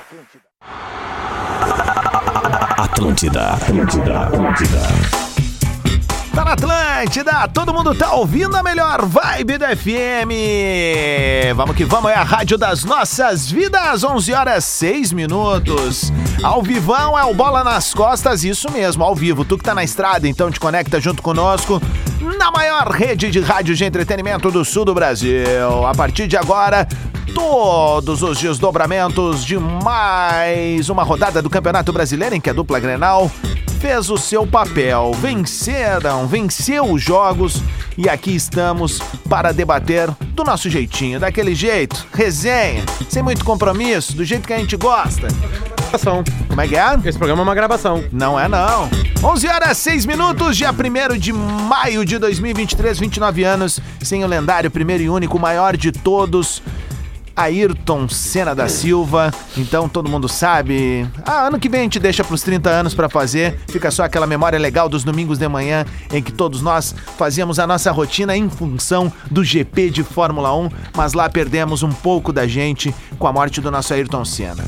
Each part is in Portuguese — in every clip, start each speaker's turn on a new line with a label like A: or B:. A: Atlântida.
B: Atlântida, Atlântida, Atlântida.
C: Tá na Atlântida, todo mundo tá ouvindo a melhor vibe da FM. Vamos que vamos, é a rádio das nossas vidas, 11 horas 6 minutos. Ao vivão é o Bola nas Costas, isso mesmo, ao vivo. Tu que tá na estrada, então te conecta junto conosco na maior rede de rádio de entretenimento do sul do Brasil. A partir de agora, todos os desdobramentos de mais uma rodada do Campeonato Brasileiro em que a dupla Grenal fez o seu papel. Venceram, venceu os jogos e aqui estamos para debater do nosso jeitinho, daquele jeito, resenha, sem muito compromisso, do jeito que a gente gosta.
D: gravação.
C: Como é que é?
D: Esse programa é uma gravação.
C: Não é não. 11 horas 6 minutos, dia 1 de maio de 2023, 29 anos, sem o lendário, primeiro e único, maior de todos, Ayrton Senna da Silva. Então todo mundo sabe. Ah, ano que vem a gente deixa pros 30 anos pra fazer. Fica só aquela memória legal dos domingos de manhã em que todos nós fazíamos a nossa rotina em função do GP de Fórmula 1, mas lá perdemos um pouco da gente com a morte do nosso Ayrton Senna.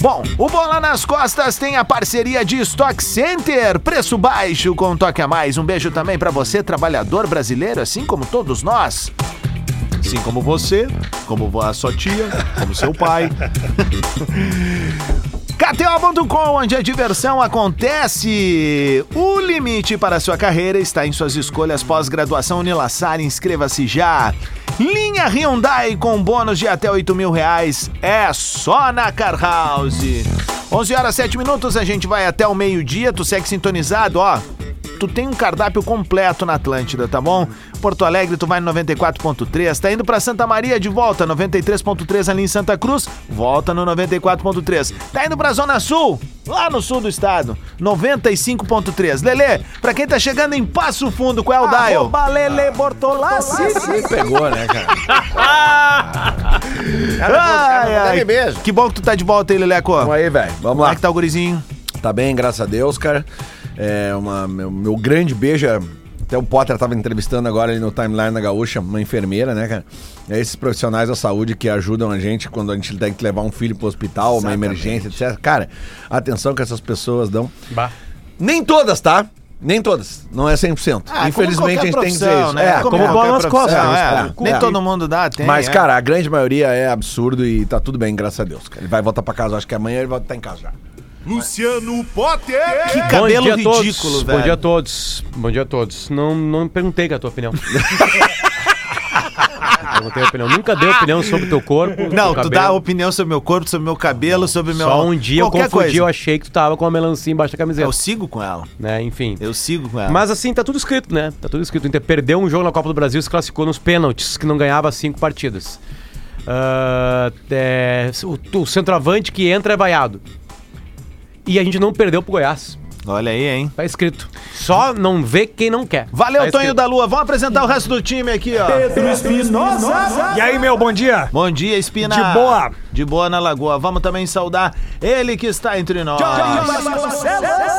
C: Bom, o Bola nas Costas tem a parceria de Stock Center, preço baixo com um toque a mais. Um beijo também pra você, trabalhador brasileiro, assim como todos nós. Assim como você, como a sua tia, como seu pai. KTO.com, onde a diversão acontece. O limite para a sua carreira está em suas escolhas pós-graduação Unilassar. Inscreva-se já. Linha Hyundai com bônus de até 8 mil reais. É só na Car House. 11 horas 7 minutos, a gente vai até o meio-dia. Tu segue sintonizado, ó tu tem um cardápio completo na Atlântida, tá bom? Porto Alegre, tu vai no 94.3, tá indo pra Santa Maria de volta, 93.3 ali em Santa Cruz, volta no 94.3. Tá indo pra Zona Sul, lá no sul do estado, 95.3. Lelê, pra quem tá chegando em Passo Fundo, qual é o dial?
D: Lele Bortolassi.
C: Ah,
B: Me pegou, né, cara?
C: Ai,
E: até
C: ai.
E: me beija.
C: Que bom que tu tá de volta aí, Leleco.
E: Vamos aí, velho. Vamos
C: Como é
E: lá.
C: que tá o gurizinho?
E: Tá bem, graças a Deus, cara. É uma, meu, meu grande beijo. é- Até o Potter tava entrevistando agora ali no timeline na Gaúcha, uma enfermeira, né, cara? É esses profissionais da saúde que ajudam a gente quando a gente tem que levar um filho pro hospital, uma emergência, etc. Cara, a atenção que essas pessoas dão. Nem todas, tá? Nem todas. Não é 100%.
C: Ah, como
E: Infelizmente a gente
C: qualquer
E: tem que dizer
C: profissão,
E: isso.
C: né?
E: É,
C: Como
E: como
C: qualquer
E: bola nas
C: profissão,
E: costas.
C: é.
E: né?
C: Nem
E: É.
C: todo mundo dá, tem.
E: Mas,
C: é.
E: cara, a grande maioria é absurdo e tá tudo bem, graças a Deus. Cara. Ele vai voltar pra casa, acho que amanhã ele vai estar em casa já.
A: Luciano Potter.
C: que cabelo
D: Bom dia a
C: ridículo,
D: todos.
C: velho.
D: Bom dia a todos. Bom dia a todos. Não, não perguntei que é a tua opinião. perguntei a opinião. Nunca dei opinião sobre o teu corpo.
C: Não,
D: teu
C: tu dá
D: cabelo.
C: opinião sobre meu corpo, sobre meu cabelo, sobre meu.
D: Só um dia eu
C: qualquer
D: confundi, eu achei que tu tava com uma melancia embaixo da camiseta.
C: Eu sigo com ela.
D: Né? Enfim.
C: Eu sigo com ela.
D: Mas assim, tá tudo escrito, né? Tá tudo escrito. O Inter perdeu um jogo na Copa do Brasil, se classificou nos pênaltis, que não ganhava cinco partidas. Ah, é, o, o centroavante que entra é vaiado. E a gente não perdeu pro Goiás.
C: Olha aí, hein?
D: Tá escrito. Só não vê quem não quer.
C: Valeu,
D: tá
C: Tonho
D: escrito.
C: da Lua. Vamos apresentar o resto do time aqui, ó.
F: E aí, meu, bom dia.
C: Bom dia, Espina.
F: De boa.
C: De boa na Lagoa. Vamos também saudar ele que está entre nós.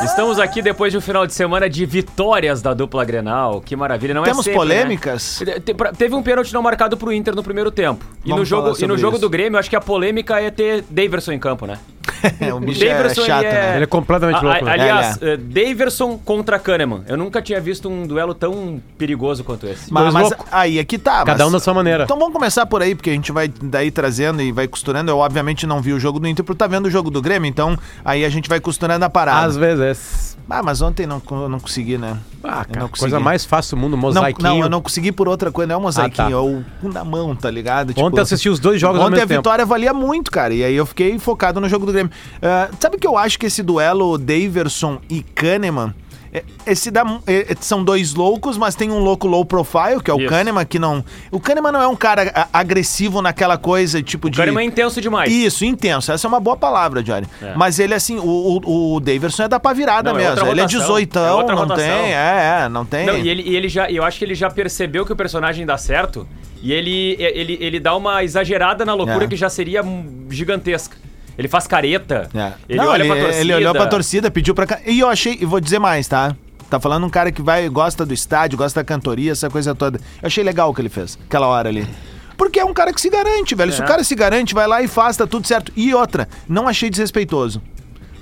G: Estamos aqui depois de um final de semana de vitórias da dupla Grenal. Que maravilha, não é
C: Temos
G: sempre,
C: polêmicas?
G: né? Te- pra- Teve um pênalti não marcado pro Inter no primeiro tempo.
C: Vamos
G: E no
C: falar
G: jogo, e
C: sobre
G: no jogo
C: isso.
G: do Grêmio, acho que a polêmica é ter Daverson em campo, né?
C: É, o bicho é
G: Daverson
C: chato, né?
D: Ele é completamente louco, né?
G: Aliás,
C: É,
G: eh, Daverson contra Kahneman. Eu nunca tinha visto um duelo tão perigoso quanto esse.
C: Ma- Mas,
D: Dois louco.
C: aí é que tá.
D: Cada
C: mas-
D: um da sua maneira.
C: Então vamos começar por aí, porque a gente vai daí trazendo e vai costurando. Eu obviamente não vi o jogo do Inter, porque tá vendo o jogo do Grêmio, então aí a gente vai costurando a
G: assim?
C: parada.
D: Às vezes.
C: Ah, mas ontem não, co- não consegui, né? Eu
D: Ah, cara,
C: não
D: coisa
C: consegui.
D: mais fácil do mundo,
C: Não,
D: mosaiquinho.
C: não, eu não consegui por outra coisa, não é o mosaiquinho,
D: Ah,
C: é
D: tá.
C: o cu na mão, tá ligado?
D: Ontem eu assisti os dois jogos ao
C: Ontem a
D: mesmo tempo.
C: vitória valia muito, cara, e aí eu fiquei focado no jogo do Grêmio. Ah, sabe que eu acho que esse duelo Daverson e Kahneman, é- esse dá, mu- é- é- são dois loucos, mas tem um louco low profile, que é o
G: Isso.
C: Kahneman, que não... O Kahneman não é um cara a- agressivo naquela coisa, tipo de...
G: Kahneman é intenso demais.
C: Isso, intenso. Essa é uma boa palavra, Johnny.
G: É.
C: Mas ele, assim, o, o, o Daverson é da pra virada
G: Não, é
C: mesmo.
G: outra
C: ele é
G: rotação.
C: 18,
G: É outra
C: não
G: rotação.
C: tem. É, é, não tem.
G: Não, e ele, e ele já, eu acho que ele já percebeu que o personagem dá certo e ele, ele, ele dá uma exagerada na loucura
C: É.
G: que já seria hum, gigantesca. Ele faz careta,
C: É.
G: ele
C: Não,
G: olha
C: ele,
G: pra torcida.
C: ele olhou pra torcida, pediu pra. ca- E eu achei, e vou dizer mais, tá? Tá falando um cara que vai, gosta do estádio, gosta da cantoria, essa coisa toda. Eu achei legal o que ele fez, aquela hora ali. Porque é um cara que se garante, velho. Se o cara se garante, vai lá e faz, tá tudo certo. E outra, não achei desrespeitoso.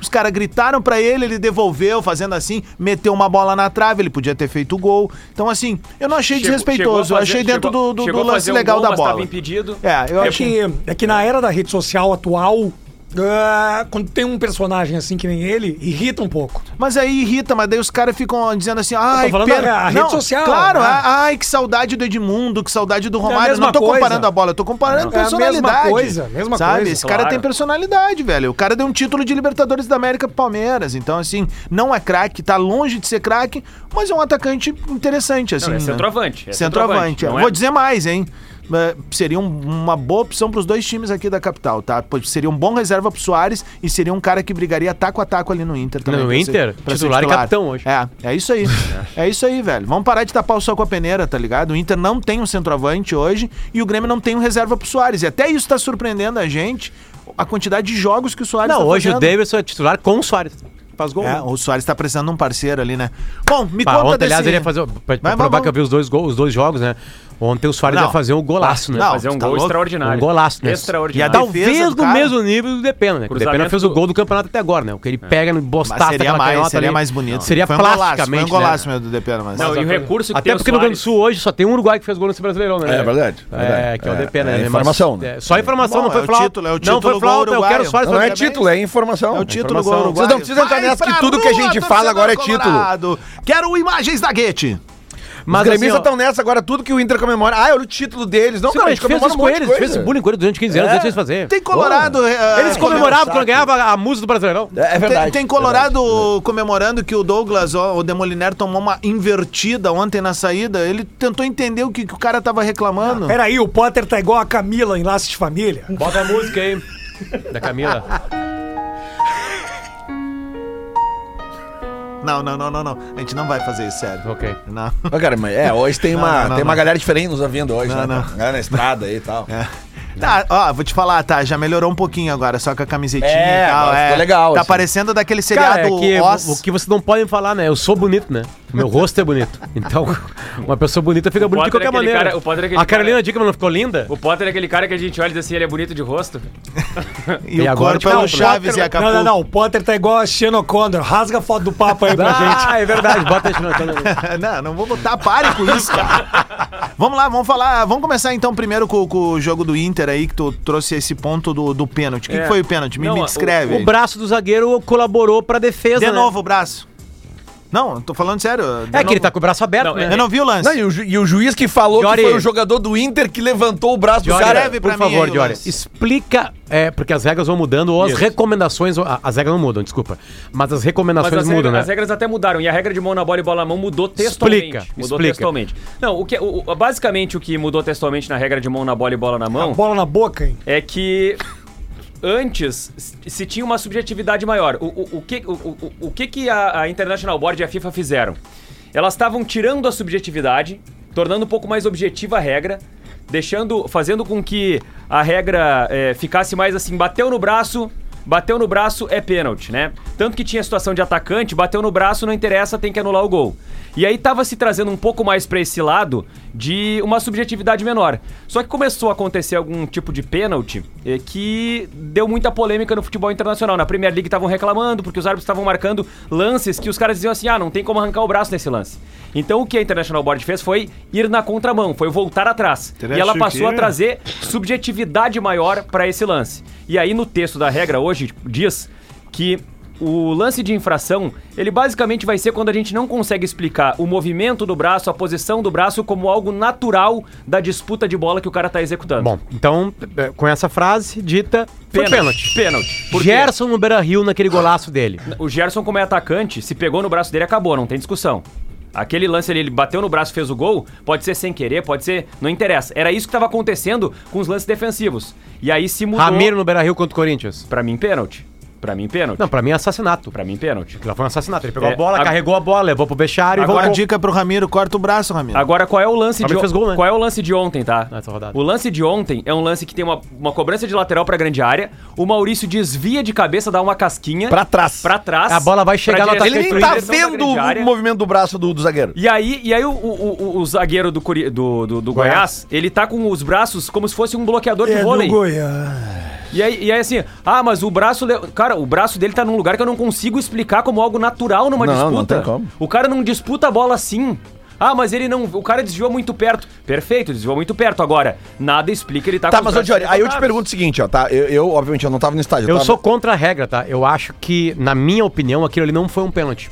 C: Os caras gritaram pra ele, ele devolveu, fazendo assim, meteu uma bola na trave, ele podia ter feito o gol. Então, assim, eu não achei
G: Chegou- chegou a
C: desrespeitoso, eu
G: fazer-
C: achei dentro
G: chegou-
C: do, do- do
G: chegou a
C: lance
G: fazer um
C: legal
G: gol,
C: da
G: mas
C: bola.
G: Tava impedido.
C: É, eu
F: É
C: achei.
F: que, é que na era da rede social atual, ah, quando tem um personagem assim que nem ele, irrita um pouco.
C: Mas aí irrita, mas daí os caras ficam dizendo assim, ai,
F: falando
C: pena-
F: da- a rede social,
C: Claro,
F: né? É
C: a- ai, que saudade do Edmundo, que saudade do Romário. Eu
F: mesma
C: não tô
F: coisa.
C: comparando a bola, eu tô comparando
F: É a mesma
C: personalidade.
F: coisa, mesma
C: sabe?
F: coisa,
C: Esse cara
G: claro.
C: tem personalidade, velho. O cara deu um título de Libertadores da América pro Palmeiras. Então, assim, não é craque, tá longe de ser craque, mas é um atacante interessante, assim.
G: Não, é
C: né?
G: centroavante, é
C: centroavante.
G: centroavante,
C: é.
G: não é-
C: Vou dizer mais, hein? É, Seria um- uma boa opção pros dois times aqui da capital, tá? Pois Seria um bom reserva pro Soares e seria um cara que brigaria taco a taco ali no Inter também.
D: No
C: pra ser-
D: Inter?
C: pra ser
D: Titular e capitão hoje.
C: É, é isso aí. É isso aí, velho. Vamos parar de tapar o sol com a peneira, tá ligado? O Inter não tem um centroavante hoje e o Grêmio não tem um reserva pro Soares. E até isso tá surpreendendo a gente, a quantidade de jogos que o Soares tá
D: Não, hoje
C: fazendo.
D: o Davidson é titular com o Soares. Faz gol.
C: É,
D: né?
C: o Soares tá precisando de um parceiro ali, né? Bom, me
D: Pá,
C: conta
D: ontem,
C: desse...
D: aliás, ele ia fazer. um- Pra, pra
C: Vai, vai,
D: provar
C: vai.
D: que eu vi os dois, gols, os dois jogos, né? Ontem o Soares
C: Não.
D: ia fazer um golaço, né?
C: Não,
G: Fazer um
C: tu tá
G: gol
C: louco?
G: extraordinário.
D: Um golaço, né?
C: E a
G: Extraordinário.
C: defesa do
D: Talvez no
C: cara.
D: mesmo nível do Depena, né? O
G: Cruzamento
D: Depena fez o
G: do-
D: gol do campeonato até agora, né? O que ele pega no bostaço
C: É. Mas seria
D: daquela
C: mais,
D: canhota
C: seria
D: ali.
C: mais bonito.
D: Seria
C: foi um golaço, foi
D: plasticamente.
C: um golaço
D: né?
C: mesmo do DP, mas...
G: Não, e o recurso que
D: Até
G: tem o
D: porque no Rio Grande do
G: Suárez-
D: Sul hoje só tem um Uruguai que fez gol nesse brasileirão, né?
E: É verdade,
D: É,
E: verdade.
D: que é o
E: É,
D: DP,
E: é
D: né? Mas-
E: informação, né?
D: é, Só informação,
C: Bom,
D: não
C: é
D: foi
C: o
D: flauta.
C: título, é o
D: Não
C: título,
D: foi flauta,
C: gol
D: eu
C: uruguaio.
D: quero o Soares
E: Não, não é
D: fazer bem.
E: título, é informação.
C: É o título do
E: Informação.
C: Uruguai.
E: Vocês não precisam entrar
C: Vai
E: nessa que
C: pra
E: tudo que a
C: rua,
E: gente fala agora é
C: torcedor
E: título.
C: colorado. Quero imagens da Guete.
D: Mas
E: Os gremistas
D: assim, ó,
E: estão nessa agora, tudo que o Inter comemora. Ah, olha o título deles. Não,
D: Sim, mas
E: cara, a
D: a
E: gente
D: gente fez
E: comemora
D: isso
E: um
D: com
E: monte
D: eles,
E: de
D: fez
E: coisa.
D: esse bullying com eles durante 15 anos,
E: É.
D: deixa eles fazer.
C: Tem Colorado... eh,
D: Eles comemoravam quando ganhava a musa do Brasileirão.
E: É verdade. é
C: Tem, tem Colorado comemorando que o Douglas, ó, o Demoliner, tomou uma invertida ontem na saída. Ele tentou entender o que, que o cara tava reclamando.
F: Peraí, o Potter tá igual a Camila em Laços de Família.
D: Bota a música aí. Da Camila.
C: Não, não, não, não, não. A gente não vai fazer isso, sério.
D: Ok.
C: Não.
E: Ô, cara, mas é, hoje tem uma,
C: não, não,
E: tem uma
C: não.
E: galera diferente nos ouvindo hoje,
C: Não,
E: né?
C: não.
E: cara? Galera na estrada aí e tal. É.
C: Tá, ó, vou te falar, tá, já melhorou um pouquinho agora, só com a camisetinha
E: É,
C: e tal.
E: mas ficou legal,
C: Tá
E: assim.
C: parecendo daquele seriado
D: Cara, é que
C: Oz.
D: o, o que vocês não podem falar, né? Eu sou bonito, né? O meu rosto é bonito. Então, uma pessoa bonita fica bonita de qualquer
G: Potter é aquele
D: maneira.
G: cara- o Potter é aquele
D: a Carolina
G: cara-
D: Dickman não ficou linda?
G: O Potter é aquele cara que a gente olha e diz assim, ele é bonito de rosto.
C: E,
D: E
C: o
D: agora
C: corpo
D: te
C: é o
D: compra.
C: Chaves e
F: não,
C: Acapulco.
F: não, não. O Potter tá igual a Xena O'Connor. Rasga a foto do papo aí pra gente.
D: Ah, é verdade. Bota a China-
C: não, não vou botar, pare com isso, cara. vamos lá, vamos falar. Vamos começar então primeiro com, com o jogo do Inter aí, que tu trouxe esse ponto do, do pênalti. O que,
G: É.
C: que foi o pênalti? Me,
G: Não,
C: me
G: o-
C: descreve. aí.
D: O braço do zagueiro colaborou pra defesa.
C: de
D: né?
C: novo o braço. Não, eu tô falando sério. de
D: É que ele
C: novo.
D: tá com o braço aberto,
G: Não,
D: né?
C: Eu não é- vi o lance.
E: Não, e, o ju- e o juiz que falou
D: Jory.
E: que foi o jogador do Inter que levantou o braço
D: Jory,
E: do cara.
C: escreve pra
D: por
C: mim
D: favor,
C: aí o
D: Diori,
C: lance.
D: explica, é, porque as regras vão mudando, ou as recomendações, a- as regras não mudam, desculpa, mas as
G: Mas
D: recomendações
G: as,
D: mudam,
G: regras, as
D: né?
G: regras até mudaram. E a regra de mão na bola e bola na mão mudou textualmente.
D: Explica,
G: mudou
D: explica.
G: textualmente. Não, o que, é, o- o- basicamente o que mudou textualmente na regra de mão na bola e bola na mão
F: Bola na boca, hein?
G: é que antes se- se tinha uma subjetividade maior. O, o- o que, o, o- o que, que a, a International Board e a FIFA fizeram? Elas estavam tirando a subjetividade, tornando um pouco mais objetiva a regra, deixando, fazendo com que a regra eh, ficasse mais assim, bateu no braço, bateu no braço é pênalti, né? Tanto que tinha a situação de atacante, bateu no braço, não interessa, tem que anular o gol. E aí tava se trazendo um pouco mais pra esse lado de uma subjetividade menor. Só que começou a acontecer algum tipo de pênalti eh, que deu muita polêmica no futebol internacional. Na Premier League estavam reclamando porque os árbitros estavam marcando lances que os caras diziam assim: "Ah, não tem como arrancar o braço nesse lance". Então o que a International Board fez foi ir na contramão, foi voltar atrás. E ela passou a trazer subjetividade maior pra esse lance. E aí no texto da regra hoje diz que o lance de infração, ele basicamente vai ser quando a gente não consegue explicar o movimento do braço, a posição do braço como algo natural da disputa de bola que o cara tá executando.
D: Bom, então, é, com essa frase dita, foi pênalti.
G: Pênalti. Por quê?
D: Gerson no Beira-Rio naquele golaço dele.
G: O Gerson, como é atacante, se pegou no braço dele, acabou, não tem discussão. Aquele lance ali, ele bateu no braço, fez o gol, pode ser sem querer, pode ser. Não interessa. Era isso que tava acontecendo com os lances defensivos. E aí se mudou.
D: Ramiro no Beira-Rio contra o Corinthians.
G: Pra mim, pênalti. Pra mim, pênalti.
D: Não, pra mim é assassinato.
G: Pra mim, pênalti.
D: Aquilo lá foi um assassinato. Ele pegou
G: É,
D: a bola,
G: a-
D: carregou a bola, levou pro vestiário
C: Agora
D: e voltou.
C: dica pro Ramiro, corta o braço, Ramiro.
G: Agora, qual é o lance de
D: Flamengo
G: on-
D: fez gol, né?
G: Qual é o lance de ontem, tá?
D: Nessa rodada.
G: O lance de ontem é um lance que tem uma, uma cobrança de lateral pra grande área. O Maurício desvia de cabeça, dá uma casquinha.
E: Pra trás.
G: Pra trás.
D: A bola vai
G: pra
D: chegar no
G: direção-
D: atacante.
E: Ele nem
G: pra
E: tá
G: direção da
E: vendo
G: grande
E: o
G: área.
E: movimento do braço do, do zagueiro.
G: E aí, e aí o, o- o- o zagueiro do, Curi- do, do, do Goiás, ele tá com os braços como se fosse um bloqueador de
F: É do
G: vôlei.
F: Goiás.
G: E aí, e aí assim, ah, mas o braço. le- Cara, o braço dele tá num lugar que eu não consigo explicar como algo natural numa
E: Não,
G: disputa.
E: não tem como.
G: O cara não disputa a bola assim. Ah, mas ele não. O cara desviou muito perto. Perfeito, desviou muito perto. Agora, nada explica ele tá,
E: Tá,
G: com os
E: mas, ô,
G: braços
E: Diori, aí eu te
G: levantados.
E: pergunto o seguinte, ó, tá? Eu, eu, obviamente, eu não tava no estádio.
D: Eu
E: tava-
D: sou contra a regra, tá? Eu acho que, na minha opinião, aquilo ali não foi um pênalti.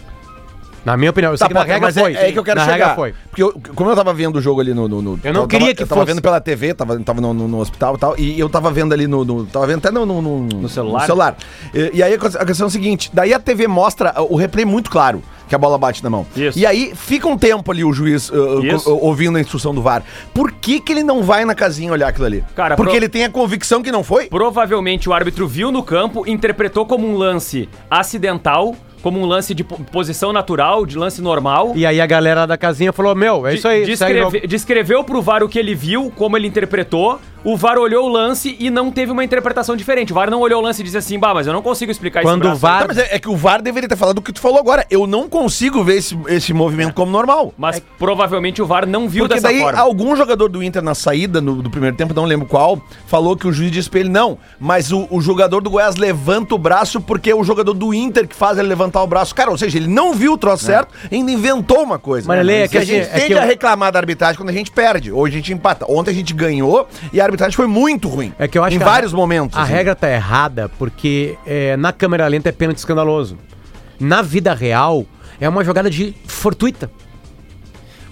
D: Na minha opinião, eu sei
E: Tá,
D: que na
E: Potter,
D: regra
E: mas
D: foi.
E: é, é aí que eu quero
D: na
E: chegar.
D: regra foi.
E: Porque eu- como eu tava vendo o jogo ali no. no- no-
D: Eu não queria que
E: eu tava
D: fosse.
E: vendo pela TV, tava, tava no, no- no hospital e tal. E eu tava vendo ali no. no- tava vendo até no. No, no-
G: celular?
E: no celular. E, e aí a questão é o seguinte: daí a TV mostra o replay muito claro. Que a bola bate na mão.
G: Isso.
E: E aí fica um tempo ali o juiz uh, uh,
G: Isso.
E: co- uh, ouvindo a instrução do VAR. Por que, que ele não vai na casinha olhar aquilo ali?
G: Cara,
E: Porque
G: pro-
E: ele tem a convicção que não foi?
G: Provavelmente o árbitro viu no campo, interpretou como um lance acidental, como um lance de po- posição natural, de lance normal.
D: E aí a galera da casinha falou: Meu, é isso aí.
G: De-
D: segue o jogo."
G: descreve- descreveu pro VAR o que ele viu, como ele interpretou. O VAR olhou o lance e não teve uma interpretação diferente. O VAR não olhou o lance e disse assim: bah, mas eu não consigo explicar
D: Quando
G: braço
D: o VAR
G: aí."
E: Tá, mas é, é que o VAR deveria ter falado o que tu falou agora. Eu não consigo ver esse, esse
D: É.
E: movimento como normal.
G: Mas provavelmente o VAR não viu
E: Porque
G: dessa
E: daí
G: forma.
E: algum jogador do Inter na saída no- do primeiro tempo, não lembro qual, falou que o juiz disse pra ele não, mas o, o jogador do Goiás levanta o braço porque é o jogador do Inter que faz ele levantar o braço. Cara, ou seja, ele não viu o troço certo e ainda inventou uma coisa.
D: Mas, Lele, é
E: que
D: que
E: a
D: assim,
E: gente
D: é
E: tende
D: que eu-
E: a reclamar da arbitragem quando a gente perde. Hoje a gente empata. Ontem a gente ganhou e a arbitragem foi muito ruim.
D: É que eu acho
E: em
D: que a-
E: vários momentos.
D: A
E: assim.
D: regra tá errada porque é, na câmera lenta é pênalti escandaloso. Na vida real, é uma jogada de fortuita.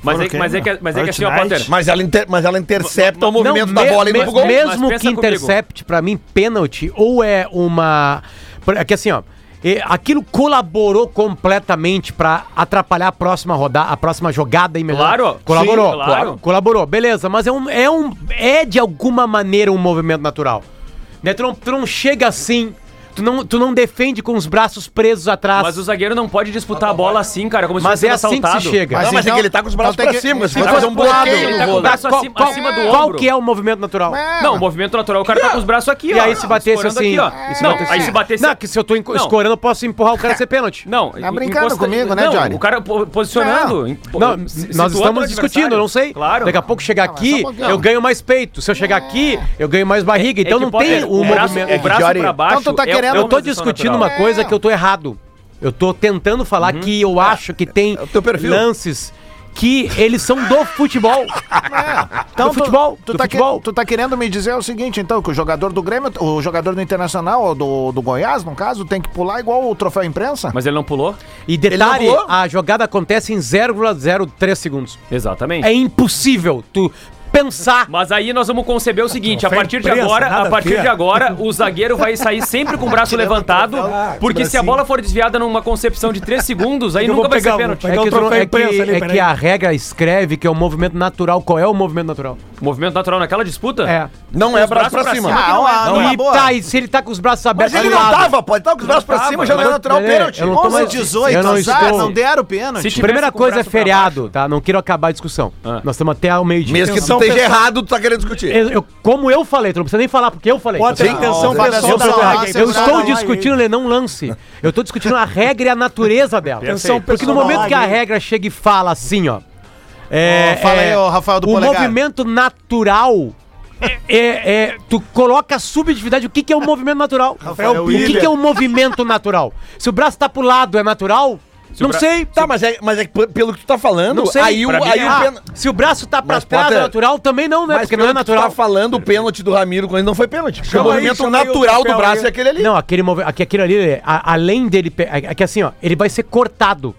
G: Mas, é,
C: Ok,
G: mas é que, mas é que assim, ó,
C: Fortnite.
G: Potter.
E: Mas ela, inter- mas ela intercepta o movimento
D: me-
E: da bola e
D: me-
E: não gol.
D: Mesmo
G: Mas
D: que
G: pensa comigo.
D: intercept, pra mim, pênalti, ou é uma. por- É que assim, ó. e- Aquilo colaborou completamente pra atrapalhar a próxima rodada, a próxima jogada e melhor.
G: Claro,
D: colaborou,
G: sim, claro.
D: colaborou, beleza. Mas é um, é um, é de alguma maneira um movimento natural. Né? Tu, não, tu não chega assim, tu não, tu não defende com os braços presos atrás.
G: Mas o zagueiro não pode disputar a bola assim, cara, como se
D: Mas
G: fosse
D: é assim que se
G: assaltado.
D: chega.
E: Não, mas é
C: então-
E: que ele tá com os
C: então
E: braços
C: tem
E: pra
C: que-
E: cima. Se
C: tem
E: fosse
G: que
E: fazer um
G: fazer um bloqueio,
E: bloqueio
G: ele
E: no
G: tá com o
E: vôlei.
G: braço
D: qual,
G: acima-
D: qual-
G: acima do
D: qual
G: ombro.
D: que é o movimento natural?
G: Não, o movimento natural, o cara tá com os braços aqui,
D: E aí se batesse
G: escorando
D: assim,
G: aqui, ó. Não, aí se batesse...
D: Não, que se eu tô enco-
G: Não.
D: escorando, eu posso empurrar o cara a ser pênalti.
G: Não,
C: Tá brincando
G: encosta-
C: comigo, né,
G: não,
C: Johnny?
G: O cara po- posicionando. em- po-
D: Não,
G: si-
D: nós
G: situando o
D: estamos
G: adversário.
D: discutindo, eu não sei.
G: Claro.
D: Daqui a pouco chegar aqui,
C: pouquinho.
D: eu ganho mais peito. Se eu chegar aqui, eu ganho mais barriga. Então
G: É que
D: não
G: pode-
D: tem um
G: o braço, é
D: movimento.
G: o braço
E: Johnny,
G: pra baixo.
C: então tu tá
G: é- é
C: querendo-
G: uma
D: Eu tô
G: posição
D: discutindo
G: natural. Uhum.
D: uma coisa assim, né? que eu tô errado. Eu tô tentando falar que
G: É.
D: eu acho que tem
E: teu perfil.
D: lances que eles são do
G: É.
D: futebol.
C: Então,
D: do futebol,
C: tu,
D: do
C: tá que-
D: futebol.
C: tu tá querendo me dizer o seguinte, então, que o jogador do Grêmio, o jogador do Internacional, ou do, do Goiás, no caso, tem que pular igual o troféu imprensa?
G: Mas ele não pulou?
D: E
E: não
D: detalhe,
E: voou?
D: a jogada acontece em 0,03 segundos.
G: Exatamente.
D: É impossível tu pensar.
G: Mas aí nós vamos conceber o seguinte, a partir de
F: imprensa,
G: agora, a
F: nada
G: partir
F: feia.
G: de agora, o zagueiro vai sair sempre com o braço levantado, porque se a bola for desviada numa concepção de 3 segundos, aí
F: Eu
G: nunca
F: vou
G: vai ser
F: pegar um,
G: pênalti.
F: vai
D: É
F: dar um
D: que, tu não-
F: troféu
D: é que-
F: imprensa ali,
D: é
F: peraí.
D: que a regra escreve que é o movimento natural. Qual é o movimento natural?
G: Movimento natural naquela disputa?
D: É.
E: Não é braço pra cima.
C: Ah,
G: que não é.
E: Não é
D: e
E: boa.
D: tá, e se ele tá com os braços abertos
E: Mas ele
D: do
E: não
D: lado?
E: tava, pode estar com os braços pra cima, já não é
D: mas-
E: natural
D: Lelê,
E: pênalti.
D: eu não tô
C: 11
D: mais-
C: 18,
D: eu não
C: azar,
D: estou-
C: não deram pênalti.
G: Se tiver-
D: Primeira
G: com o
D: coisa é
G: braço pra
D: feriado, tá? Não quero acabar a discussão.
G: Ah.
D: Nós estamos até ao meio-dia.
E: Mesmo que tu esteja errado, tu tá querendo discutir.
D: Eu- eu- como eu falei, tu não precisa nem falar porque eu falei. Então,
F: Bota a
D: Eu-
F: intenção
C: Olha,
F: pessoal
C: eu-
F: da
C: eu-
F: zaga,
C: eu-
F: hein?
D: eu
C: Você
D: estou
C: tá
D: discutindo, Lê, não um lance. Eu estou discutindo a regra e a natureza dela.
G: Perfeito.
D: Porque no
F: Pessoal da
D: momento que a
F: zaga, hein?
D: regra chega e fala assim, ó. é,
C: Ó, fala
D: é,
C: aí, ô, Rafael do
D: O
C: Polegar.
D: movimento natural. É, é- tu coloca a subjetividade. O que, que é o movimento natural?
F: Rafael
D: o que,
F: Pilha.
D: que é o movimento natural? Se o braço tá pro lado, é natural? não
G: bra-
D: sei.
E: Tá, mas é, mas é que p- pelo que tu tá falando,
D: Não sei.
E: aí o,
D: pra mim
E: aí
D: é-
E: o
D: Ah,
E: pênalti.
D: Se o braço tá pra
E: Mas,
D: trás,
E: Potter,
D: é natural? Também não, né?
E: Mas
D: Porque não é
E: pelo que tu
D: natural.
E: tá falando o pênalti do Ramiro quando ele não foi pênalti. Porque O
F: Chama aí,
E: movimento
F: chama aí o
E: natural do
F: papel
E: braço
F: aí.
E: é aquele ali.
D: Não, aquele movi- aque- aquilo ali, é, a- além dele. pe- é- é que assim, ó, ele vai ser cortado.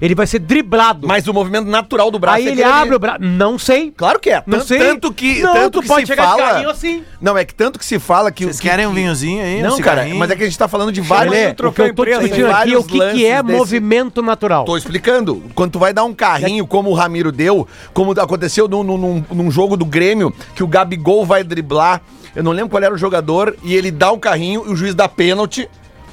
D: Ele vai ser driblado.
E: Mas o movimento natural do braço
D: Aí
E: é
D: ele
E: aquele ali.
D: abre o braço. Não sei.
E: Claro que é.
D: Não
E: Tan-
D: sei.
E: Tanto que,
D: Não,
E: tanto
D: tu
E: que
D: pode
E: se
D: chegar de
E: fala...
D: carrinho assim.
E: Não, é que tanto que se fala que...
C: Vocês
E: que-
C: querem um
E: que-
C: vinhozinho aí? um
E: Não, cara,
C: cigarrinho?
E: mas é que a gente tá falando de
D: Olha,
E: vários...
D: o que eu tô
F: imprensa,
D: discutindo
E: hein?
D: aqui é o que,
E: Vários
D: que é
E: lances desse-
D: movimento natural.
E: Tô explicando. Quando tu vai dar um carrinho, como o Ramiro deu, como aconteceu num, num- num- num jogo do Grêmio, que o Gabigol vai driblar. Eu não lembro qual era o jogador, e ele dá um carrinho e o juiz dá pênalti.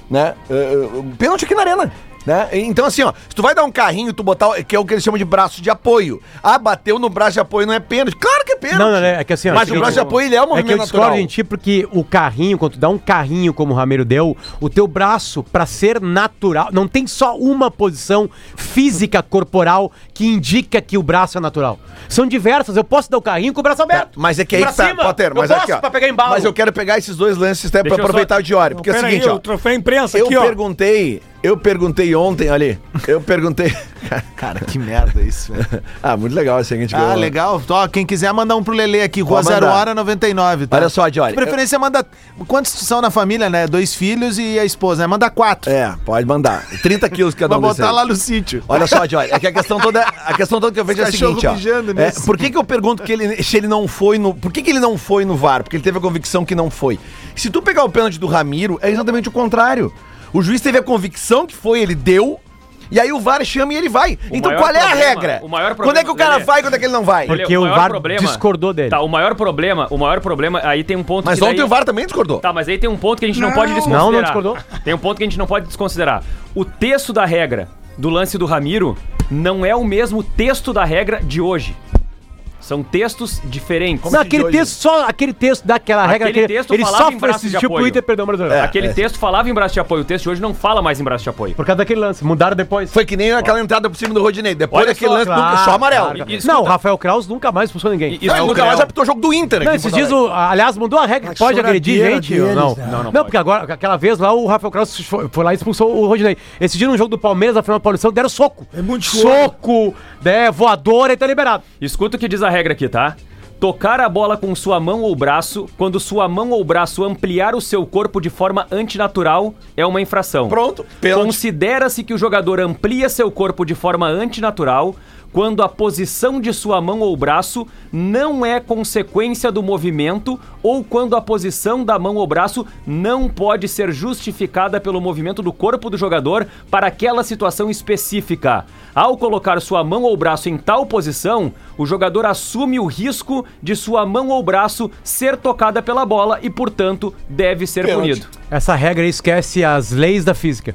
E: né? Eh, eh, pênalti aqui na arena. Né? Então, assim, ó, se tu vai dar um carrinho, tu botar, o- que é o que eles chamam de braço de apoio. Ah, bateu no braço de apoio, não é pênalti. Claro que é pênalti.
D: Não, não, é que assim, ó,
E: Mas
D: é que
E: o braço de
D: eu-
E: apoio, ele é um
D: É que
E: movimento
D: eu discordo
E: natural.
D: em ti porque o carrinho, quando tu dá um carrinho como o Ramiro deu, o teu braço, pra ser natural, não tem só uma posição física corporal que indica que o braço é natural. São diversas. Eu posso dar o carrinho com o braço aberto.
E: Mas é que aí
D: pra
E: que tá,
D: cima.
E: Potter, mas
D: eu
E: aqui,
D: posso
E: ó.
D: pra pegar embalo.
E: Mas eu quero pegar esses dois lances até pra
G: Deixa eu
E: aproveitar
G: só-
E: o diário. Porque é o
F: Pera
E: seguinte,
F: aí,
E: ó.
F: o troféu imprensa
E: eu
F: aqui, ó.
E: perguntei, eu perguntei ontem, ali. Eu perguntei.
C: Cara, que merda isso. velho.
E: ah, muito legal esse que a gente
C: Ah,
E: ganhou, né?
C: legal. Ó, quem quiser mandar um pro Lelê aqui, Rua
E: Pode mandar.
C: 0 Hora 99. Tá?
E: Olha só, Jory,
C: De preferência, manda. Quantos são na família, né? Dois filhos e a esposa, né? Manda quatro.
E: É, pode mandar. 30 quilos cada
C: Vai
E: um desses
C: botar
E: aí.
C: lá no sítio.
E: Olha só, Joy, é que a questão toda, a questão toda que eu vejo é a
C: cachorro
E: seguinte, ó.
C: mijando
E: É,
C: nisso.
E: por que, que eu pergunto que ele, se ele não foi no, por que, que ele não foi no VAR? Porque ele teve a convicção que não foi. Se tu pegar o pênalti do Ramiro, é exatamente o contrário. O juiz teve a convicção que foi, ele deu. E aí o VAR chama e ele vai. então
G: maior
E: qual é a
G: problema-
E: regra?
G: o maior
E: quando é que o
G: problema-
E: cara
G: Lelê.
E: vai, quando é que ele não vai?
D: Porque
G: Lelê,
D: o
G: maior
D: VAR discordou dele.
G: Tá, o maior problema, o maior problema, aí tem um ponto
E: Mas
G: que
E: ontem
G: daí-
E: o VAR também discordou.
G: Tá, mas aí tem um ponto que a gente não, pode desconsiderar.
D: Não, não discordou.
G: Tem um ponto que a gente não pode desconsiderar. O texto da regra do lance do Ramiro não é o mesmo texto da regra de hoje. São textos diferentes.
D: Não, aquele
E: hoje-
D: texto, só aquele texto daquela regra,
G: Aquele
D: aquele,
G: texto
D: ele
G: falava
D: só
G: em braço de
D: assistiu pro
G: apoio.
D: Inter perdeu o Brasileirão.
E: É.
G: Aquele texto falava em braço de apoio, o texto de hoje não fala mais em braço de apoio.
D: Por causa daquele lance. Mudaram depois.
E: Foi que nem aquela entrada por cima do Rodinei. Depois
G: Olha
E: daquele
G: só, ah,
E: lance,
D: Claro,
E: nunca- só amarelo.
D: claro.
G: E- e
D: não, o
G: escuta-
D: Rafael Kraus nunca mais funcionou ninguém.
G: E- isso
E: Não,
G: é
E: nunca
G: o
E: mais
G: Gabriel.
E: apitou o jogo do Inter.
D: Não,
E: aqui em
D: esses
E: Porto
D: dias,
E: Alegre.
D: o, aliás, mudou a regra
F: A
D: que pode agredir
F: choradeira
D: gente.
F: deles,
D: não,
F: né?
D: não, não,
G: pode.
D: porque agora, aquela vez lá, o Rafael Kraus foi, foi lá e expulsou o Rodinei. Esse dia, no jogo do Palmeiras, na final do Paulistão, deram soco.
F: É muito
D: Soco, né, voadora, e tá liberado.
G: Escuta o que diz a regra aqui, tá? Tocar a bola com sua mão ou braço, quando sua mão ou braço ampliar o seu corpo de forma antinatural, é uma infração.
E: Pronto, pênalti.
G: Considera-se que o jogador amplia seu corpo de forma antinatural quando a posição de sua mão ou braço não é consequência do movimento ou quando a posição da mão ou braço não pode ser justificada pelo movimento do corpo do jogador para aquela situação específica. Ao colocar sua mão ou braço em tal posição, o jogador assume o risco de sua mão ou braço ser tocada pela bola e, portanto, deve ser punido.
D: Essa regra aí esquece as leis da física.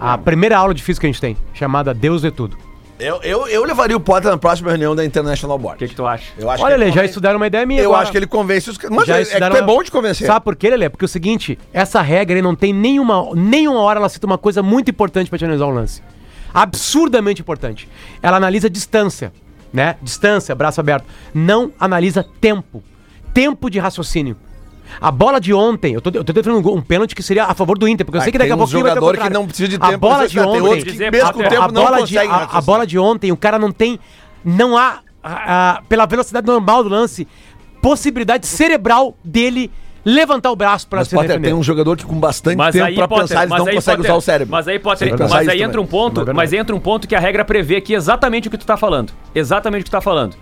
D: A primeira aula de física que a gente tem, chamada Deus é Tudo.
E: Eu, eu, eu levaria o Potter na próxima reunião da International Board.
G: O que, que tu acha?
E: Eu acho
D: Olha,
E: que é
D: Lê, já estudaram uma ideia minha
E: Eu
D: agora.
E: acho que é ele convence os caras. Mas
D: já
E: é, é que
D: estudaram
E: tu é
D: uma-
E: bom de convencer.
D: Sabe por quê, Lelê? Porque é o seguinte, essa regra aí não tem nenhuma, nenhuma hora ela cita uma coisa muito importante pra te analisar um lance. Absurdamente importante. Ela analisa distância, né? Distância, braço aberto. Não analisa tempo. Tempo de raciocínio. A bola de ontem, eu tô, eu tô defendendo um gol- um pênalti que seria a favor do Inter, porque eu
E: Ah,
D: sei que daqui
E: tem
D: a
E: uns
D: pouco vai ter o
E: jogador que
D: contrário.
E: não precisa de
D: A
E: tempo
D: bola
E: pra
D: de
E: raciocinar, tem
D: ontem,
E: outros
G: que mesmo com o tempo
D: a
E: não
D: bola de,
E: conseguem
D: a- a,
E: raciocinar.
D: bola de ontem, o cara não tem. Não há, a- a- pela velocidade normal do lance, possibilidade cerebral dele levantar o braço pra
E: Mas
D: se
E: Potter,
D: defender.
E: tem um jogador que com bastante
G: Mas
E: tempo
G: aí,
E: pra
G: Potter,
E: pensar, eles
G: mas
E: não
G: aí,
E: conseguem
G: Potter,
E: usar o cérebro.
G: Mas aí,
E: Tem
G: Potter,
E: que
G: mas
E: pensar
G: aí
E: isso
G: entra um
E: também. é
G: ponto, mas entra um ponto que a regra prevê aqui exatamente o que tu tá falando. Exatamente o que tu tá falando.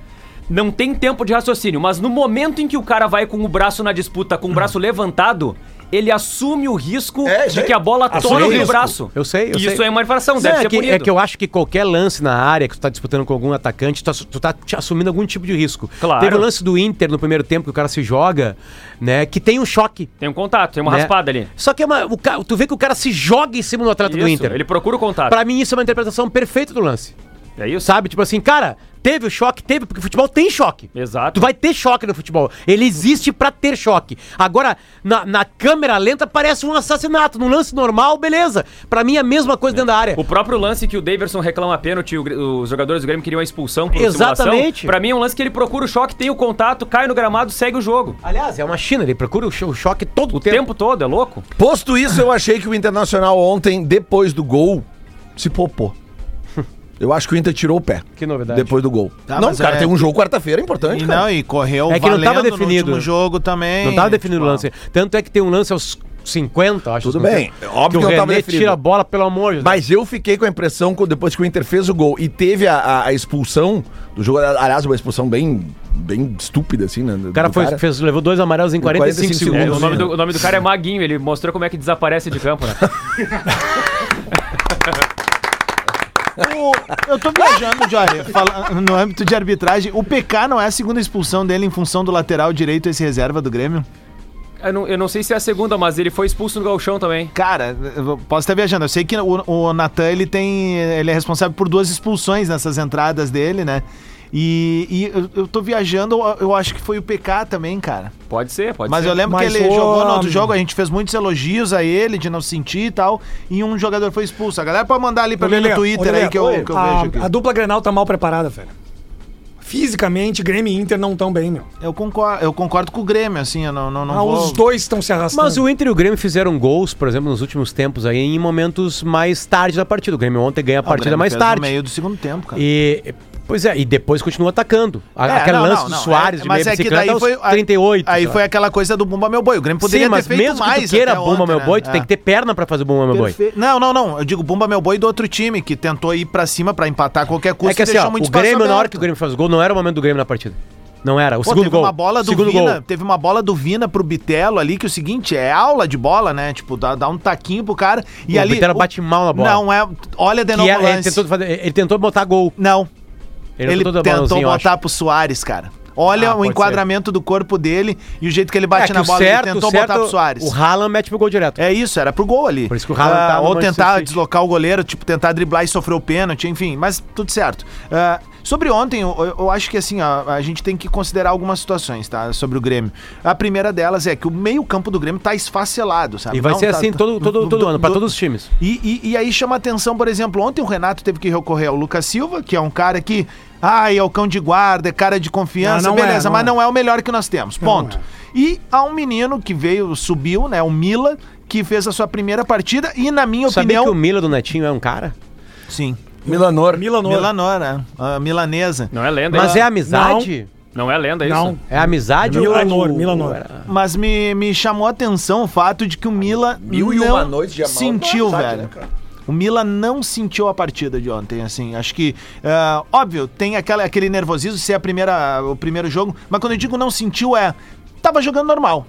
G: Não tem tempo de raciocínio, mas no momento em que o cara vai com o braço na disputa, com o braço levantado, ele assume o risco
E: Hum. É, isso
G: de
E: aí.
G: que a bola
E: Assume
G: tone
E: o
G: no
E: risco.
G: braço.
D: Ah, Eu sei, eu
G: E Isso
D: sei.
G: é uma infração,
D: Não,
G: deve
D: é
G: ser
D: que,
G: punido.
D: é que eu acho que qualquer lance na área que tu tá disputando com algum atacante, tu, ass- tu tá te assumindo algum tipo de risco.
G: Claro.
D: Teve o lance do Inter no primeiro tempo que o cara se joga, né? Que tem um choque.
G: Tem um contato, tem uma
D: né?
G: raspada ali.
D: Só que é uma, o ca- tu vê que o cara se joga em cima do atleta do
G: Isso,
D: Inter.
G: Ele procura o contato.
D: Pra mim, isso é uma interpretação perfeita do lance.
G: É isso?
D: Sabe? Tipo assim, cara, teve o choque, teve, porque futebol tem choque.
G: Exato.
D: Tu vai ter choque no futebol. Ele existe pra ter choque. Agora, na, na câmera lenta parece um assassinato. No lance normal, beleza. Pra mim é a mesma coisa dentro da área.
G: O próprio lance que o Daverson reclama pênalti, o Gre- os jogadores do Grêmio queriam a expulsão por
D: Exatamente.
G: simulação. Pra mim é um lance que ele procura o choque, tem o contato, cai no gramado, segue o jogo.
D: Aliás, é uma China, ele procura o, cho- o choque todo o
G: O
D: tempo.
G: tempo todo, é louco?
E: Posto isso, eu achei que o Internacional ontem, depois do gol, se popou. Eu acho que o Inter tirou o pé.
D: Que novidade.
E: Depois do gol.
C: Tá,
E: não,
C: mas
E: cara,
C: é-
E: tem um jogo quarta-feira importante,
C: E
E: cara.
C: não, e correu
D: É que não tava
C: valendo
D: definido.
C: no último jogo também.
D: Não tava definido o
C: Tipo,
D: lance. Tanto é que tem um lance aos 50, acho.
E: Tudo
D: não
E: bem.
D: sei.
E: Óbvio
D: que
E: que
D: o
E: não tava
D: René
E: definido.
D: tira a bola, pelo amor de Deus.
E: Mas eu fiquei com a impressão, que depois que o Inter fez o gol e teve a, a- a expulsão do jogo, aliás, uma expulsão bem, bem estúpida, assim, né?
D: O cara, foi, Fez, levou dois amarelos em 45,
E: 45
G: É,
D: segundos.
G: o, nome do, o nome do cara é Maguinho, ele mostrou como é que desaparece de campo, né?
C: O- eu tô viajando, Jorge, fala- no âmbito de arbitragem. O PK não é a segunda expulsão dele em função do lateral direito, esse reserva do Grêmio?
G: Eu não, eu não sei se é a segunda, mas ele foi expulso no galchão também.
C: Cara, eu posso estar viajando. Eu sei que o, o Natan, ele tem. Ele é responsável por duas expulsões nessas entradas dele, né? E, e eu, eu tô viajando, eu- eu acho que foi o PK também, cara.
G: Pode ser, pode
C: Mas
G: ser.
C: eu lembro
F: Mas,
C: que ele
F: ô,
C: jogou no outro
F: amigo.
C: jogo, a gente fez muitos elogios a ele de não sentir e tal, e um jogador foi expulso. A galera pode mandar ali pra
F: Ô,
C: mim no
F: Lelê,
C: Twitter
F: ô,
C: aí
F: Lelê,
C: que eu,
F: oi,
C: que eu
F: a,
D: Ah,
C: vejo aqui.
F: A dupla Grenal tá mal preparada, velho. Fisicamente, Grêmio e Inter não estão bem, meu.
C: Eu concordo, eu concordo com o Grêmio, assim, eu não, não, não
F: Ah,
C: vou...
F: Os dois estão se arrastando.
D: Mas o Inter e o Grêmio fizeram gols, por exemplo, nos últimos tempos aí, em momentos mais tarde da partida. O Grêmio ontem ganha a
C: Ah, o
D: partida
C: Grêmio
D: mais
C: fez no
D: tarde.
C: meio do segundo tempo, cara.
D: E, pois é, e depois continua atacando. A-
C: É,
D: Aquele
C: não,
D: lance
C: não,
D: do
C: não,
D: Soares
C: é-
D: de
C: mas
D: meia
C: é que
D: bicicleta
C: daí
D: aos
C: foi- aí-
D: 38.
C: Aí
D: sei
C: foi
D: lá.
C: aquela coisa do Bumba Meu Boi. O Grêmio poderia
D: Sim, mas
C: ter feito
D: mesmo
C: mais
D: que tu queira
C: até
D: Bumba
C: ontem,
D: Meu
C: né?
D: Boi, tu
C: É.
D: tem que ter perna pra fazer o Bumba Meu Boi.
C: Perfe- Não, não, não. Eu digo Bumba Meu Boi do outro time, que tentou ir pra cima pra empatar a qualquer custo
D: É que
C: e
D: assim,
C: deixou
D: ó,
C: muito
D: o
C: espaço
D: Grêmio, na hora
C: aberto.
D: que o Grêmio faz o gol, não era o momento do Grêmio na partida. Não era. O
C: Pô,
D: segundo
C: teve
D: gol.
C: Uma bola do
D: segundo
C: Vina,
D: gol.
C: Teve uma bola do Vina pro Bitelo ali, que o seguinte, é aula de bola, né? Tipo, dá, dá um taquinho pro cara e
D: O
C: ali...
D: Bitelo bate mal na bola.
C: Não, é... Olha de
D: Que
C: novo o
D: era- ele,
C: lance.
D: tentou fazer- ele tentou botar gol.
C: Não,
D: não
C: ele
D: dar
C: tentou
D: balãozinho, eu acho.
C: botar pro Soares, cara. Olha
D: Ah,
C: o
D: pode
C: enquadramento do corpo dele e o jeito que ele
D: É
C: bate
D: que
C: na
D: o
C: bola.
D: certo,
C: ele
D: o
C: tentou
D: certo,
C: botar pro Soares.
D: O Haaland mete pro gol direto.
C: É isso, era pro gol ali. Ah,
D: Por isso que o Haaland tá no
C: Ou
D: Manchester
C: tentar
D: City.
C: deslocar o goleiro, tipo, tentar driblar e sofrer o pênalti, enfim, mas tudo certo. Ah, sobre ontem, eu, eu- eu acho que assim, ó, a gente tem que considerar algumas situações, tá? Sobre o Grêmio. A primeira delas é que o meio-campo do Grêmio tá esfacelado, sabe?
D: E vai
C: Não
D: ser
C: tá-
D: assim
C: tá-
D: todo, todo,
C: do-
D: todo
C: do-
D: ano, pra
C: do-
D: todos os times.
C: e, e- e aí chama atenção, por exemplo, ontem o Renato teve que recorrer ao Lucas Silva, que é um cara que, ai, é o cão de guarda, é cara de confiança,
F: Não, não
C: beleza,
F: é, não
C: mas
F: é.
C: não é o melhor que nós temos, ponto. E há um menino que veio, subiu, né, o Mila, que fez a sua primeira partida e, na minha
D: Sabia que o
C: opinião...
D: Mila do Netinho é um cara?
C: Sim,
E: Milanor.
F: Milanor.
C: Milanora, né, a milanesa.
G: Não é lenda,
D: Mas
G: isso.
D: é amizade?
G: Não é lenda isso.
F: Não.
D: É amizade? ou-
F: Milanor, Milanor.
C: Mas me, me chamou a atenção o fato de que o Mila
E: Mil e uma
C: não
E: noites de amor,
C: sentiu,
E: sabe,
C: velho.
E: né, cara?
C: o Mila não sentiu a partida de ontem, assim. Acho que, ah, óbvio, tem aquela, aquele nervosismo se é a primeira, o primeiro jogo, mas quando eu digo não sentiu é. Tava jogando normal.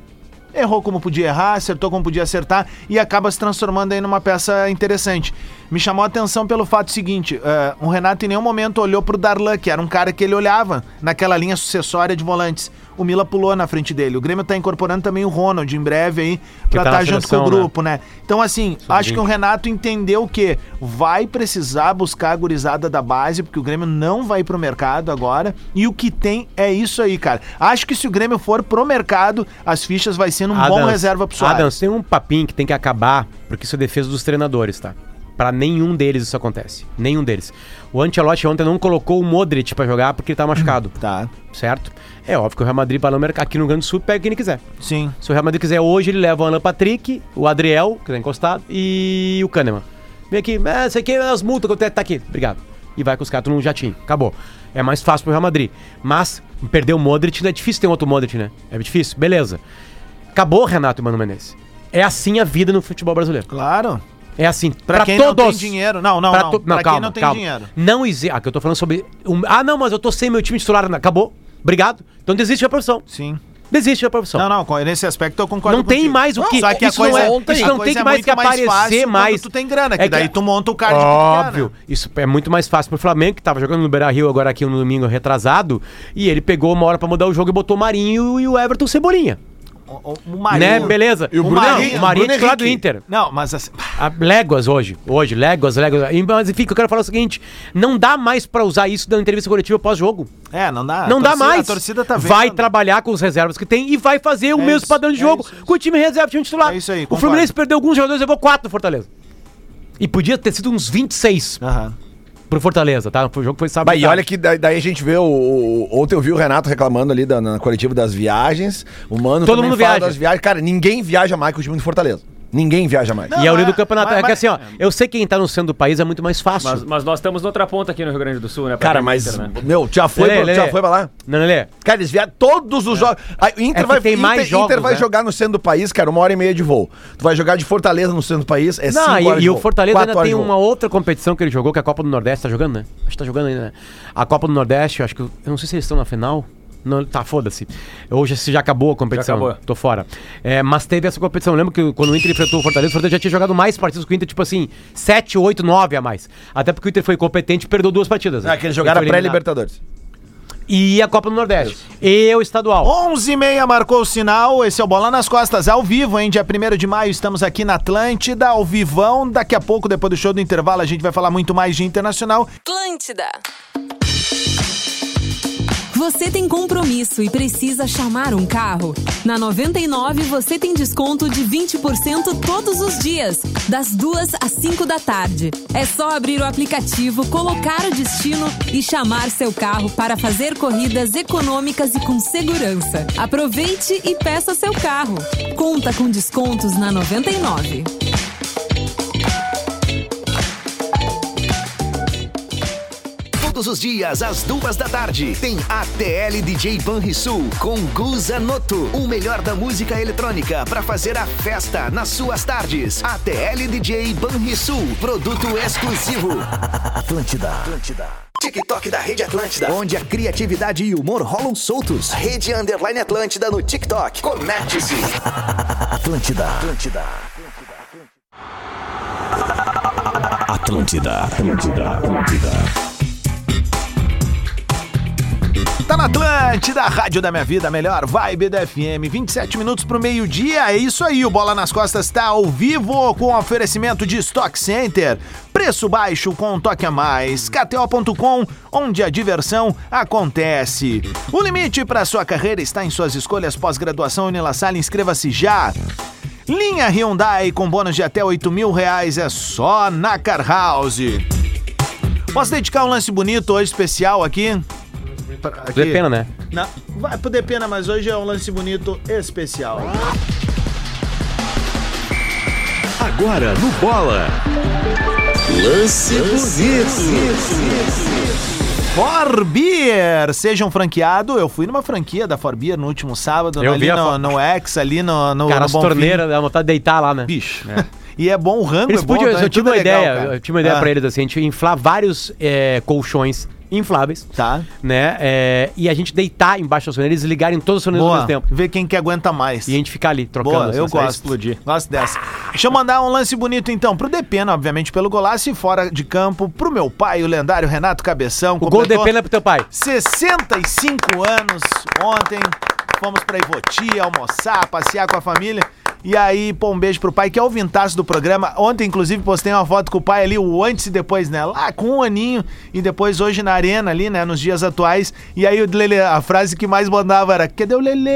C: Errou como podia errar, acertou como podia acertar e acaba se transformando aí numa peça interessante. Me chamou a atenção pelo fato seguinte: ah, o Renato em nenhum momento olhou pro Darlan, que era um cara que ele olhava naquela linha sucessória de volantes. O Mila pulou na frente dele. O Grêmio tá incorporando também o Ronald em breve aí, pra
D: tá
C: estar
D: na
C: junto com
D: seleção,
C: o
D: né?
C: grupo grupo, né? Então, assim,
D: é
C: acho que o Renato entendeu que vai precisar buscar a gurizada da base, porque o Grêmio não vai pro mercado agora. E o que tem é isso aí, cara. Acho que se o Grêmio for pro mercado, as fichas vai sendo um bom
D: Adams,
C: reserva pro Soares.
D: Adams, tem um papinho que tem que acabar, porque isso é defesa dos treinadores, tá? Pra nenhum deles isso acontece. Nenhum deles. O Ancelotti ontem não colocou o Modric pra jogar porque ele tá machucado,
C: Tá,
D: certo? É óbvio que o Real Madrid vai no mercado aqui no Rio Grande do Sul, pega quem ele quiser.
C: sim.
D: Se o Real Madrid quiser hoje, ele leva o Alan Patrick, o Adriel, que tá encostado, e o Kahneman. Vem aqui, ah, isso aqui é as multas que eu tenho, tá aqui, obrigado. E vai com os caras num jatinho, acabou. É mais fácil pro Real Madrid. Mas perder o Modric, é difícil ter um outro Modric, né? É difícil, beleza. Acabou, Renato e Mano Menezes. É assim a vida no futebol brasileiro.
C: Claro.
D: É assim,
C: Pra, quem
D: todos.
C: não tem dinheiro. Não, não,
D: Pra
C: não.
D: to-
C: pra
D: calma,
C: quem não tem
D: calma.
C: dinheiro.
D: Não existe. Ah, que eu tô falando sobre. um- Ah, não, mas eu tô sem meu time titular. Acabou. Obrigado. Então desiste da profissão.
C: Sim.
D: Desiste da profissão.
C: Não, não, com- nesse aspecto eu concordo
D: Então. Não tem
C: contigo.
D: mais o que-
C: Só que
D: isso
C: a
D: não
C: coisa
D: é-
C: ontem,
D: isso não tem que mais que aparecer mais.
C: tu tem grana,
D: É
C: que
D: que-
C: daí tu monta o card que tu quer,
D: Óbvio.
C: né?
D: Isso é muito mais fácil pro Flamengo, que tava jogando no Beira-Rio agora aqui no domingo retrasado, e ele pegou uma hora pra mudar o jogo e botou o Marinho e o Everton Cebolinha.
C: O, o- o Marinho-
D: Né? Beleza.
C: E o Bruno
D: Marinho,
C: Henrique.
D: o Marinho é
E: Bruno
D: titular do
E: Henrique.
D: Inter.
C: Não, mas assim...
D: A Ah, léguas hoje. Hoje, léguas, léguas. E- Mas enfim, o que eu quero falar é o seguinte, não dá mais pra usar isso da entrevista coletiva pós-jogo.
C: É, não dá.
D: Não
C: A
D: dá
C: torcida-
D: mais.
C: A torcida tá vendo.
D: Vai trabalhar com os reservas que tem e vai fazer o
C: É
D: mesmo
C: isso,
D: padrão de
C: é
D: jogo
C: isso, é isso.
D: com o time reserva, time titular.
C: É isso aí,
D: o
C: concordo.
D: Fluminense perdeu alguns jogadores, levou quatro do Fortaleza. E podia ter sido uns 26
C: Aham.
D: pro Fortaleza, tá? O jogo foi sábado.
E: Bah, e olha que da- daí a gente vê o, o- Ontem eu vi o Renato reclamando ali da, na coletiva das viagens. O Mano
D: Todo
E: também
D: mundo
E: fala
D: viaja.
E: das viagens. Cara, ninguém viaja mais que o time do Fortaleza. Ninguém viaja mais.
C: Não,
D: E é o líder
C: mas-
D: do campeonato.
C: mas-
D: é que
C: mas-
D: assim, ó, eu sei que quem tá no centro do país é muito mais fácil.
G: Mas, mas nós estamos noutra ponta aqui no Rio Grande do Sul, né? pra
E: Cara,
G: quem é
E: mas.
G: Inter, né?
E: Meu, já foi,
D: Lelê,
E: pra, já
D: Lelê.
E: foi pra lá?
D: Não, é, Lelê?
E: Cara, eles vieram todos os jogos. Aí, O
D: É
E: Inter
D: que
E: vai,
D: tem
E: Inter,
D: mais jogos,
E: Inter vai
D: né?
E: jogar no centro do país, cara, uma hora e meia de voo. Tu vai jogar de Fortaleza no centro do país, é
D: Não,
E: cinco horas
D: e,
E: de
D: e o
E: voo,
D: Fortaleza
E: quatro
D: ainda
E: horas
D: tem
E: de voo.
D: uma outra competição que ele jogou, que é a Copa do Nordeste. Tá jogando, né? Acho que tá jogando ainda, né? A Copa do Nordeste, eu acho que. Eu não sei se eles estão na final. Não, tá, foda-se. Hoje se já acabou a competição.
G: Já acabou.
D: Tô fora. É, mas teve essa competição. Eu lembro que quando o Inter enfrentou o Fortaleza, o Fortaleza já tinha jogado mais partidas que o Inter, tipo assim, 7, 8, 9 a mais. Até porque o Inter foi competente e perdeu duas partidas. né?
E: Ah, que eles jogaram a
D: Ele foi eliminado.
E: pré-Libertadores.
D: e a Copa do Nordeste. E o estadual.
C: 11 e meia marcou o sinal, esse é o Bola nas Costas, ao vivo, hein? Dia 1 de maio estamos aqui na Atlântida, ao vivão. Daqui a pouco, depois do show do intervalo, a gente vai falar muito mais de internacional.
H: Atlântida. Você tem compromisso e precisa chamar um carro? Na 99 você tem desconto de 20% todos os dias, das 2 às 5 da tarde. É só abrir o aplicativo, colocar o destino e chamar seu carro para fazer corridas econômicas e com segurança. Aproveite e peça seu carro. Conta com descontos na 99.
I: Todos os dias, às duas da tarde, tem ATL DJ Banrisul com Guza Noto, o melhor da música eletrônica para fazer a festa nas suas tardes. ATL DJ Banrisul, produto exclusivo. Atlântida. Atlântida. TikTok da Rede Atlântida, onde a criatividade e o humor rolam soltos. Rede Underline Atlântida no TikTok. Conecte-se. Atlântida. Atlântida.
B: Atlântida, Atlântida, Atlântida.
C: Tá na Atlântida, a Rádio da Minha Vida, a melhor vibe da FM. 27 minutos pro meio-dia, é isso aí. O Bola nas Costas tá ao vivo com oferecimento de Stock Center. Preço baixo com um toque a mais. KTO.com, onde a diversão acontece. O limite para sua carreira está em suas escolhas pós-graduação Unila Salle. Inscreva-se já. Linha Hyundai com bônus de até 8 mil reais é só na Car House. Posso dedicar um lance bonito hoje especial aqui? Pra- aqui.
D: Depende, pena, né?
C: Na- Vai poder pena, mas hoje é um lance bonito especial.
A: Agora no Bola.
B: Lance bonito.
C: Forbier! Sejam franqueado. Eu fui numa franquia da Forbier no último sábado,
D: Eu
C: ali
D: vi a
C: no,
D: fo-
C: no X, ali no, no,
D: Cara,
C: no
D: as
C: Bonfim.
D: torneiras, dá vontade de deitar lá, né?
C: Bicho. E é bom o rango,
D: Eles
C: é bom,
D: podiam,
C: tá?
D: eu tive
C: Tudo
D: uma
C: legal,
D: ideia,
C: cara.
D: eu tive uma ideia
C: Ah,
D: pra eles assim, a gente inflar vários é, colchões infláveis,
C: Tá.
D: né? é, e a gente deitar embaixo das torneiras, eles ligarem todas as torneiras ao
C: Boa.
D: mesmo tempo.
C: Ver quem que aguenta mais.
D: E a gente ficar ali trocando.
C: Boa,
D: assim,
C: eu
D: essa-
C: gosto. Explodir. Gosto dessa. Deixa eu mandar um lance bonito então pro Depena, obviamente, pelo golaço e fora de campo, pro meu pai, o lendário Renato Cabeção.
D: O gol é- de
C: completou-
D: pena pro teu pai.
C: 65 anos ontem. Fomos pra Ivoti almoçar, passear com a família. E aí, pô, um beijo pro pai, que é o vintaço do programa. Ontem, inclusive, postei uma foto com o pai ali, o antes e depois, né? Lá com um aninho. E depois, hoje, na arena ali, né? Nos dias atuais. E aí, o Lele, a frase que mais mandava era: Cadê o Lele?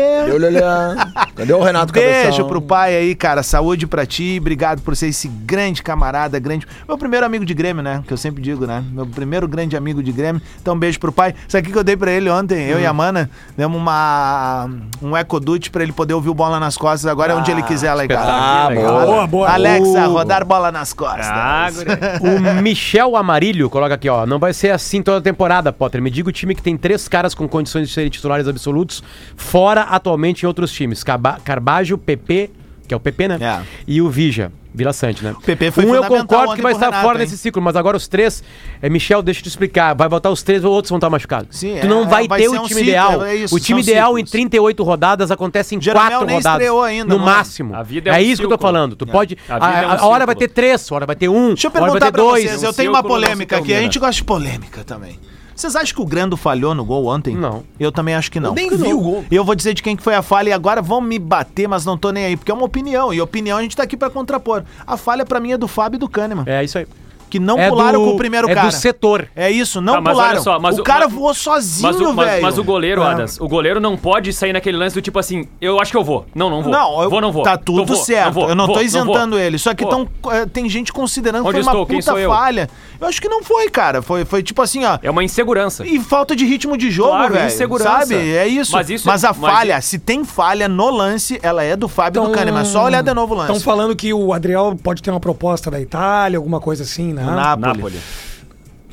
E: ah. Cadê o Renato
C: Beijo
E: Cabeção?
C: pro pai aí, cara. Saúde pra ti. Obrigado por ser esse grande camarada, grande. Meu primeiro amigo de Grêmio, né? Que eu sempre digo, né? Meu primeiro grande amigo de Grêmio. Então, beijo pro pai. Isso aqui que eu dei pra ele ontem, eu e
E: Hum.
C: a Mana, demos uma um ecodute pra ele poder ouvir o bola nas costas agora, é onde ele quiser lá em casa.
E: Ah, boa.
F: Boa, boa.
C: Alexa,
E: Uh.
C: rodar bola nas costas.
G: Ah, guri.
D: O Michel Amarilho coloca aqui, ó. Não vai ser assim toda a temporada, Potter. Me diga o time que tem três caras com condições de serem titulares absolutos, fora atualmente em outros times. Carba Carbajo, PP, que é o PP, né?
C: É.
D: E o Vija, Vila Sante, né?
C: PP foi
D: um eu
C: fundamental
D: concordo
C: ontem
D: que vai
C: pro
D: estar
C: Renato,
D: fora
C: hein?
D: desse ciclo, mas agora os três. É, Michel, deixa eu te explicar. Vai botar os três ou outros vão estar machucados.
C: Sim,
D: tu
C: é,
D: não vai,
C: vai
D: ter
C: ser
D: o
C: um
D: time
C: ciclo,
D: ideal.
C: é isso,
D: o time
C: são
D: ideal
C: ciclos.
D: em 38 rodadas acontece em
C: Jeromel
D: quatro
C: nem
D: rodadas.
C: estreou ainda,
D: no
C: mano.
D: máximo.
G: A vida é um
D: isso que eu tô
G: ciclo.
D: falando. Tu pode.
G: A
D: A,
G: vida é um
D: a- a hora
G: ciclo.
D: vai ter três, a hora vai ter um.
C: Deixa eu
D: a hora vai
C: perguntar
D: ter
C: pra
D: dois.
C: vocês.
G: é um
C: Eu tenho uma
G: círculo, não se
C: polêmica aqui. A
G: termina.
C: gente gosta de polêmica também. Vocês acham que o Grando falhou no gol ontem?
D: Não.
C: Eu também acho que não.
E: nem vi o gol.
C: E eu vou dizer de quem que foi a falha e agora vão me bater, mas não tô nem aí, porque é uma opinião. E opinião a gente tá aqui pra contrapor. A falha pra mim é do Fábio e do Kahneman,
D: É isso aí.
C: que não
D: é
C: pularam
D: do-
C: com o primeiro
D: é
C: cara.
D: do setor.
C: É isso, não
G: Tá, mas olha
C: pularam.
G: só, mas
C: o
G: o-
C: cara
G: mas-
C: voou sozinho,
G: Mas o, mas,
C: velho.
G: mas o goleiro,
C: É.
G: Adams, o goleiro não pode sair naquele lance do tipo assim, eu acho que eu vou. Não, não vou.
C: Não, eu,
G: vou, não vou.
C: tá
G: Eu
C: tudo
G: vou,
C: certo. eu não
G: vou,
C: tô
G: vou.
C: isentando ele. Só que
G: Pô.
C: tão, eh, tem gente considerando
G: Onde
C: que foi uma
G: estou? Quem
C: puta
G: sou eu?
C: falha. Eu acho que não foi, cara. Foi, foi tipo assim, ó.
G: É uma insegurança.
C: E falta de ritmo de jogo,
G: Claro,
C: velho.
G: insegurança.
C: Sabe? É isso. Mas,
G: Mas isso-
C: a
G: mas- é-
C: falha, se tem falha no lance, ela é do Fábio e do
F: Tão-
C: Kahneman. É só olhar de novo o lance.
F: Estão falando que o Adriel pode ter uma proposta da Itália, alguma coisa assim, né?
C: Nápoles.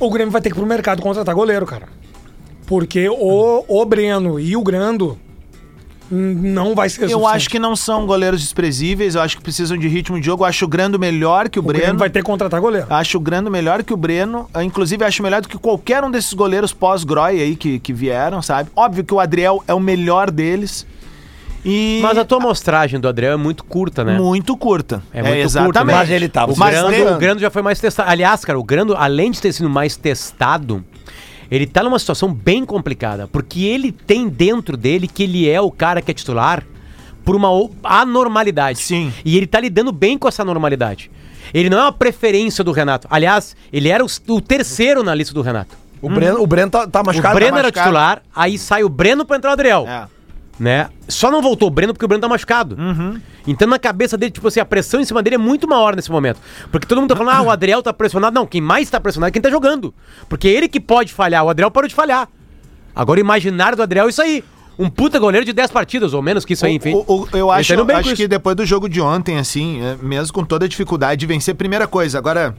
F: O Grêmio vai ter que ir pro mercado contratar goleiro, cara. Porque o, o Breno e o Grando hum, não vai ser
C: Eu acho que não são goleiros desprezíveis, eu acho que precisam de ritmo de jogo. Eu acho o Grando melhor que o,
F: o Breno,
C: Breno.
F: vai ter que contratar goleiro.
C: Acho o Grando melhor que o Breno. Eu, Inclusive, acho melhor do que qualquer um desses goleiros pós-Groy aí que, que vieram, sabe? Óbvio que o Adriel é o melhor deles. E
D: Mas a tua amostragem do Adriel é muito curta, né?
C: muito curta.
D: É muito curta,
C: exatamente.
D: né? Mas
E: ele tava
D: O
C: Mas
D: Grando,
C: tem-
D: o Grando já foi mais testado. Aliás, cara, o Grando, além de ter sido mais testado, ele tá numa situação bem complicada, porque ele tem dentro dele que ele é o cara que é titular por uma o- anormalidade.
C: Sim.
D: E ele tá lidando bem com essa normalidade. Ele não é uma preferência do Renato. Aliás, ele era o, s- o terceiro na lista do Renato.
E: O Breno, o Breno tá, tá
D: O
E: machucado.
D: Breno
E: tá
D: era
E: machucado.
D: titular, aí sai o Breno pra entrar o Adriel.
C: É.
D: Né? Só não voltou o Breno porque o Breno tá machucado.
C: Uhum.
D: Então na cabeça dele, tipo assim, a pressão em cima dele é muito maior nesse momento. Porque todo mundo tá falando, ah, o Adriel tá pressionado. Não, quem mais tá pressionado é quem tá jogando. Porque ele que pode falhar, o Adriel parou de falhar. Agora o imaginário do Adriel é isso aí. Um puta goleiro de 10 partidas, ou menos que isso aí, enfim.
C: O- o- eu
D: Ele
C: acho,
D: tá indo bem
C: acho
D: com
C: que
D: isso.
C: depois do jogo de ontem, assim, é, mesmo com toda a dificuldade de vencer, primeira coisa, agora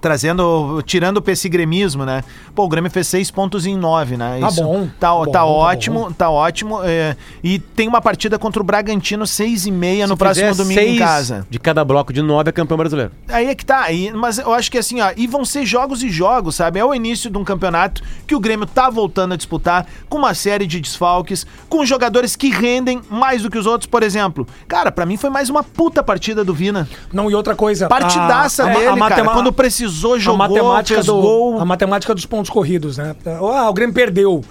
C: trazendo, tirando o esse gremismo, né? Pô, o Grêmio fez seis pontos em nove, né?
F: Tá bom.
C: Tá,
F: Tá bom,
C: tá
F: tá
C: ótimo, tá ótimo. é, e tem uma partida contra o Bragantino seis e meia no
D: Se
C: próximo
D: fizer
C: domingo em
D: seis
C: casa.
D: De cada bloco de 9 é campeão brasileiro.
C: Aí é que tá, aí, mas eu acho que assim, ó, e vão ser jogos e jogos, sabe? É o início de um campeonato que o Grêmio tá voltando a disputar, com uma série de desfalques, com jogadores que rendem mais do que os outros, por exemplo. Cara, pra mim foi mais uma puta partida do Vina.
F: Não, e outra coisa.
C: Ah. Partidaça
F: Ah, a- a-
C: dele,
F: a matema-
C: cara. Quando precisou, jogou,
F: a matemática
C: fez
F: do,
C: gol.
F: A matemática dos pontos corridos, né? Ah, o Grêmio perdeu.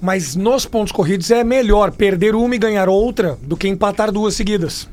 F: Mas nos pontos corridos é melhor perder uma e ganhar outra do que empatar duas seguidas.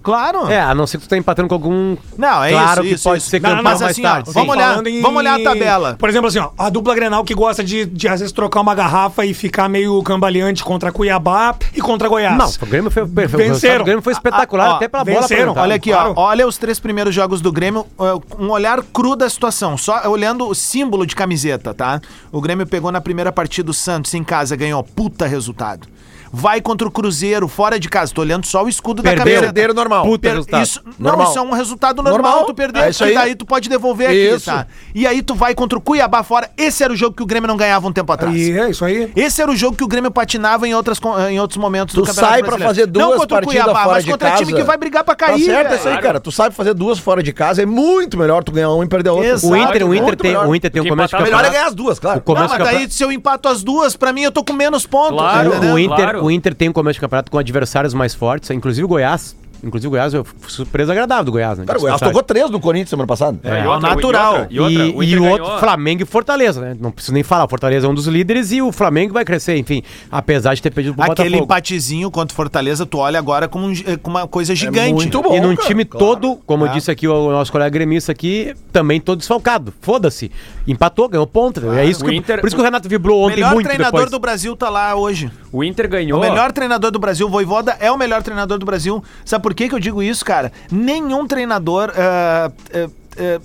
C: Claro.
D: É, a não ser que tu tá empatando com algum.
C: Não, é
D: claro
C: isso,
D: que
C: isso,
D: pode
C: isso.
D: ser
C: Não, não,
D: campeão
C: mas
D: mais
C: assim, ó,
D: tarde. sim.
C: vamos olhar-
F: Falando em-
C: vamos olhar a tabela.
F: Por exemplo, assim, ó, a dupla Grenal que gosta de, de às vezes trocar uma garrafa e ficar meio cambaleante contra Cuiabá e contra Goiás.
D: Não, é o Grêmio foi perfeito. O resultado
F: Venceram.
D: do Grêmio foi espetacular,
C: Ah, ó,
D: até pela bola
F: venceram.
D: apresentada.
C: Olha aqui,
F: Claro.
C: ó. Olha os três primeiros jogos do Grêmio, ó, um olhar cru da situação, só olhando o símbolo de camiseta, tá? O Grêmio pegou na primeira partida o Santos em casa, ganhou puta resultado. Vai contra o Cruzeiro, fora de casa. Tô olhando só o escudo da
D: Perderam.
C: camiseta.
E: Perderam normal.
D: Puta
C: Per-
D: resultado.
C: Isso, Não,
E: Normal.
C: isso é um resultado normal,
E: Normal.
C: tu perder,
E: É isso
C: e
E: aí.
C: daí tu pode devolver aqui,
E: Isso.
C: tá? E aí tu vai contra o Cuiabá fora. Esse era o jogo que o Grêmio não ganhava um tempo atrás.
F: E é isso aí.
C: Esse era o jogo que o Grêmio patinava em, outras, con- em outros momentos
E: Tu sai pra fazer duas
C: Não contra o
E: partidas
C: Cuiabá,
E: fora
C: mas
E: de
C: contra
E: casa.
C: time que vai brigar pra
E: Tá
C: cair.
E: certo, é
C: velho.
E: isso aí, cara. Tu sabe fazer duas fora de casa, é muito melhor tu ganhar uma e perder a outra.
C: Exato.
D: O Inter, o
E: Muito
D: Inter tem,
E: melhor.
D: o Inter tem um
G: Porque
D: começo de
G: empatar
E: Melhor é
D: campeonato.
E: ganhar as duas, claro.
D: O começo
C: Não,
D: de
C: mas
D: campeonato.
C: daí se eu empato as duas, pra mim eu tô com menos pontos.
G: Claro.
C: entendeu?
D: o, Inter,
G: Claro.
D: o Inter tem um começo de campeonato com adversários mais fortes, inclusive o Goiás. Inclusive o Goiás, eu fui surpresa agradável do Goiás, né?
E: Cara, o Goiás
D: Diga-se de
E: tocou três no Corinthians semana passada.
G: É,
C: é o natural.
G: E, outra,
D: e,
G: o Inter
D: e o
G: ganhou.
D: outro, Flamengo e Fortaleza, né? Não preciso nem falar. O Fortaleza é um dos líderes e o Flamengo vai crescer, enfim. Apesar de ter perdido pro
C: Aquele
D: Botafogo.
C: empatezinho contra o Fortaleza, tu olha agora como, um gi- eh, como uma
D: É
C: coisa gigante.
E: muito bom,
D: e num
E: cara,
D: time
E: claro.
D: todo, como disse aqui o nosso colega gremista aqui, também todo desfalcado. Foda-se. Empatou, ganhou ponto. é isso
G: O
D: que,
G: Inter-
D: por isso que o Renato vibrou
C: O
D: ontem
C: melhor
D: muito
C: treinador
D: depois.
C: do Brasil tá lá hoje.
G: O Inter ganhou.
C: É O melhor treinador do Brasil, Voivoda, é o melhor treinador do Brasil. Sabe por que, que eu digo isso, cara? Nenhum treinador. ah, ah, ah,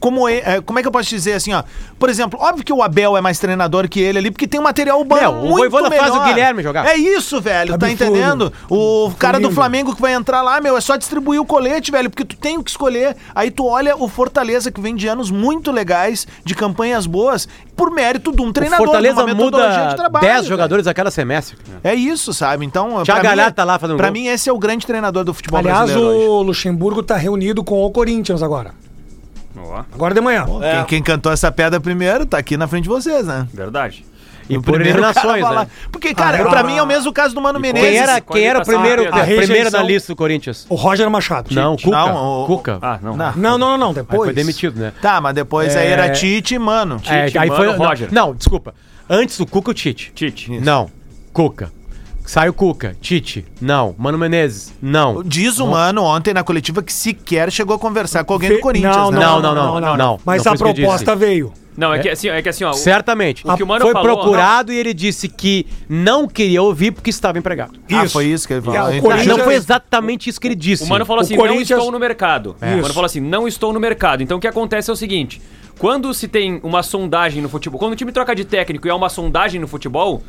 C: como, é, ah, como é que eu posso dizer assim, ó? Por exemplo, óbvio que o Abel é mais treinador que ele ali, porque tem um material humano
D: Meu, o
C: muito
D: Voivoda
C: melhor.
D: faz o Guilherme jogar.
C: É isso, velho, tá
F: Absurdo.
C: entendendo? O cara do
F: lindo.
C: Flamengo que vai entrar lá, meu, é só distribuir o colete, velho, porque tu tem o que escolher. Aí tu olha o Fortaleza, que vem de anos muito legais, de campanhas boas, por mérito de um treinador,
D: o Fortaleza
C: numa metodologia
D: muda
C: de trabalho,
D: 10
C: velho.
D: jogadalhos a cada semestre. né?
C: É isso, sabe? Então,
D: Thiago
C: pra mim,
D: Galhardo tá lá fazendo
C: Pra
D: gol.
C: mim, esse é o grande treinador do futebol
F: Aliás,
C: brasileiro hoje.
F: o Luxemburgo tá reunido com o Corinthians agora.
G: Ó,
F: Agora de manhã.
C: Quem, quem cantou essa pedra primeiro tá aqui na frente de vocês, né?
G: verdade.
D: E
C: O
D: É, por eliminações,
C: cara
D: né?
C: vai lá. Porque, cara,
F: Ah,
C: pra
F: ah,
C: mim é o mesmo caso do Mano Menezes.
D: Quem era, quem era o
G: Pode
D: primeiro,
G: passar a
F: perna.
D: primeiro na
F: A rejeição-
D: lista do Corinthians?
F: O Roger Machado.
D: Não, Cuca.
C: Não, o-
D: Cuca.
G: Ah, não.
C: Não.
F: Não, não, não, não.
D: Aí
F: Depois.
D: foi demitido, né?
C: Tá, mas depois aí era Tite e Mano.
D: É,
G: Tite,
D: aí
G: Mano,
D: foi, não,
G: Roger.
D: Não, desculpa. Antes do Cuca, o Tite.
G: Tite.
D: Não, Cuca. Sai o Cuca. Tite. Não. Mano Menezes. Não.
C: Diz o Mano ontem na coletiva que sequer chegou a conversar com
D: é
C: alguém do
F: Fe-
C: Corinthians,
F: não,
C: né?
F: não,
D: Não,
F: não, não,
D: não,
F: não,
D: não, não.
F: Mas
D: Não
F: a
D: foi isso que eu
F: proposta veio.
G: Não, é que assim, é que assim, ó. o-
D: Certamente.
G: O que o Mano
D: foi
G: falou-
D: procurado e ele disse que não queria ouvir porque estava empregado.
C: Ah, foi isso que ele falou.
F: É, o
C: Então,
D: E
F: Corinthians-
D: não foi exatamente isso que ele disse.
G: O Mano falou
F: O
G: assim,
F: Corinthians-
G: não estou no mercado.
E: É.
G: O Mano
F: Isso.
G: falou assim, não estou no mercado. Então o que acontece é o seguinte, quando se tem uma sondagem no futebol, quando o time troca de técnico e há uma sondagem no futebol,